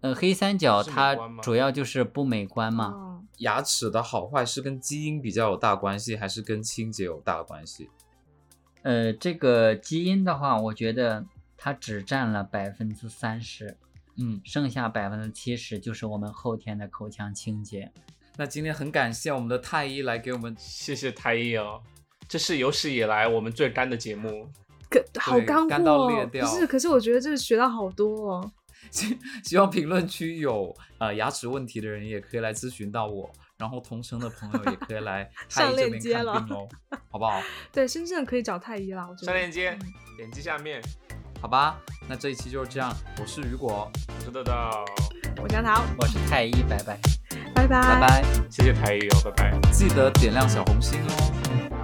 S4: 呃，黑三角
S2: 是美
S4: 它
S2: 观吗
S4: 主要就是不美观嘛。
S3: 哦
S1: 牙齿的好坏是跟基因比较有大关系，还是跟清洁有大关系？
S4: 呃，这个基因的话，我觉得它只占了百分之三十，
S1: 嗯，
S4: 剩下百分之七十就是我们后天的口腔清洁。
S1: 那今天很感谢我们的太医来给我们
S2: 谢谢太医哦，这是有史以来我们最干的节目。
S3: 可好
S1: 对
S3: 干货、
S1: 干到裂
S3: 哦，不
S1: 掉
S3: 是？可是我觉得这学到好多哦。
S1: 希希望评论区有呃牙齿问题的人也可以来咨询到我，然后同城的朋友也可以 来太医
S3: 上
S1: 这
S3: 链
S1: 边
S3: 接
S1: 看
S3: 了
S1: 病哦，好不好？
S3: 对，深圳可以找太医啦，我觉得。
S2: 上链接，
S3: 嗯
S2: 点击下面。
S1: 好吧，那这一期就是这样，我是雨果，
S2: 我是豆豆，
S3: 我家桃，
S4: 我是太医，拜拜，
S3: 拜
S4: 拜拜。
S2: 谢谢台友，拜拜。
S1: 记得点亮小红心哦。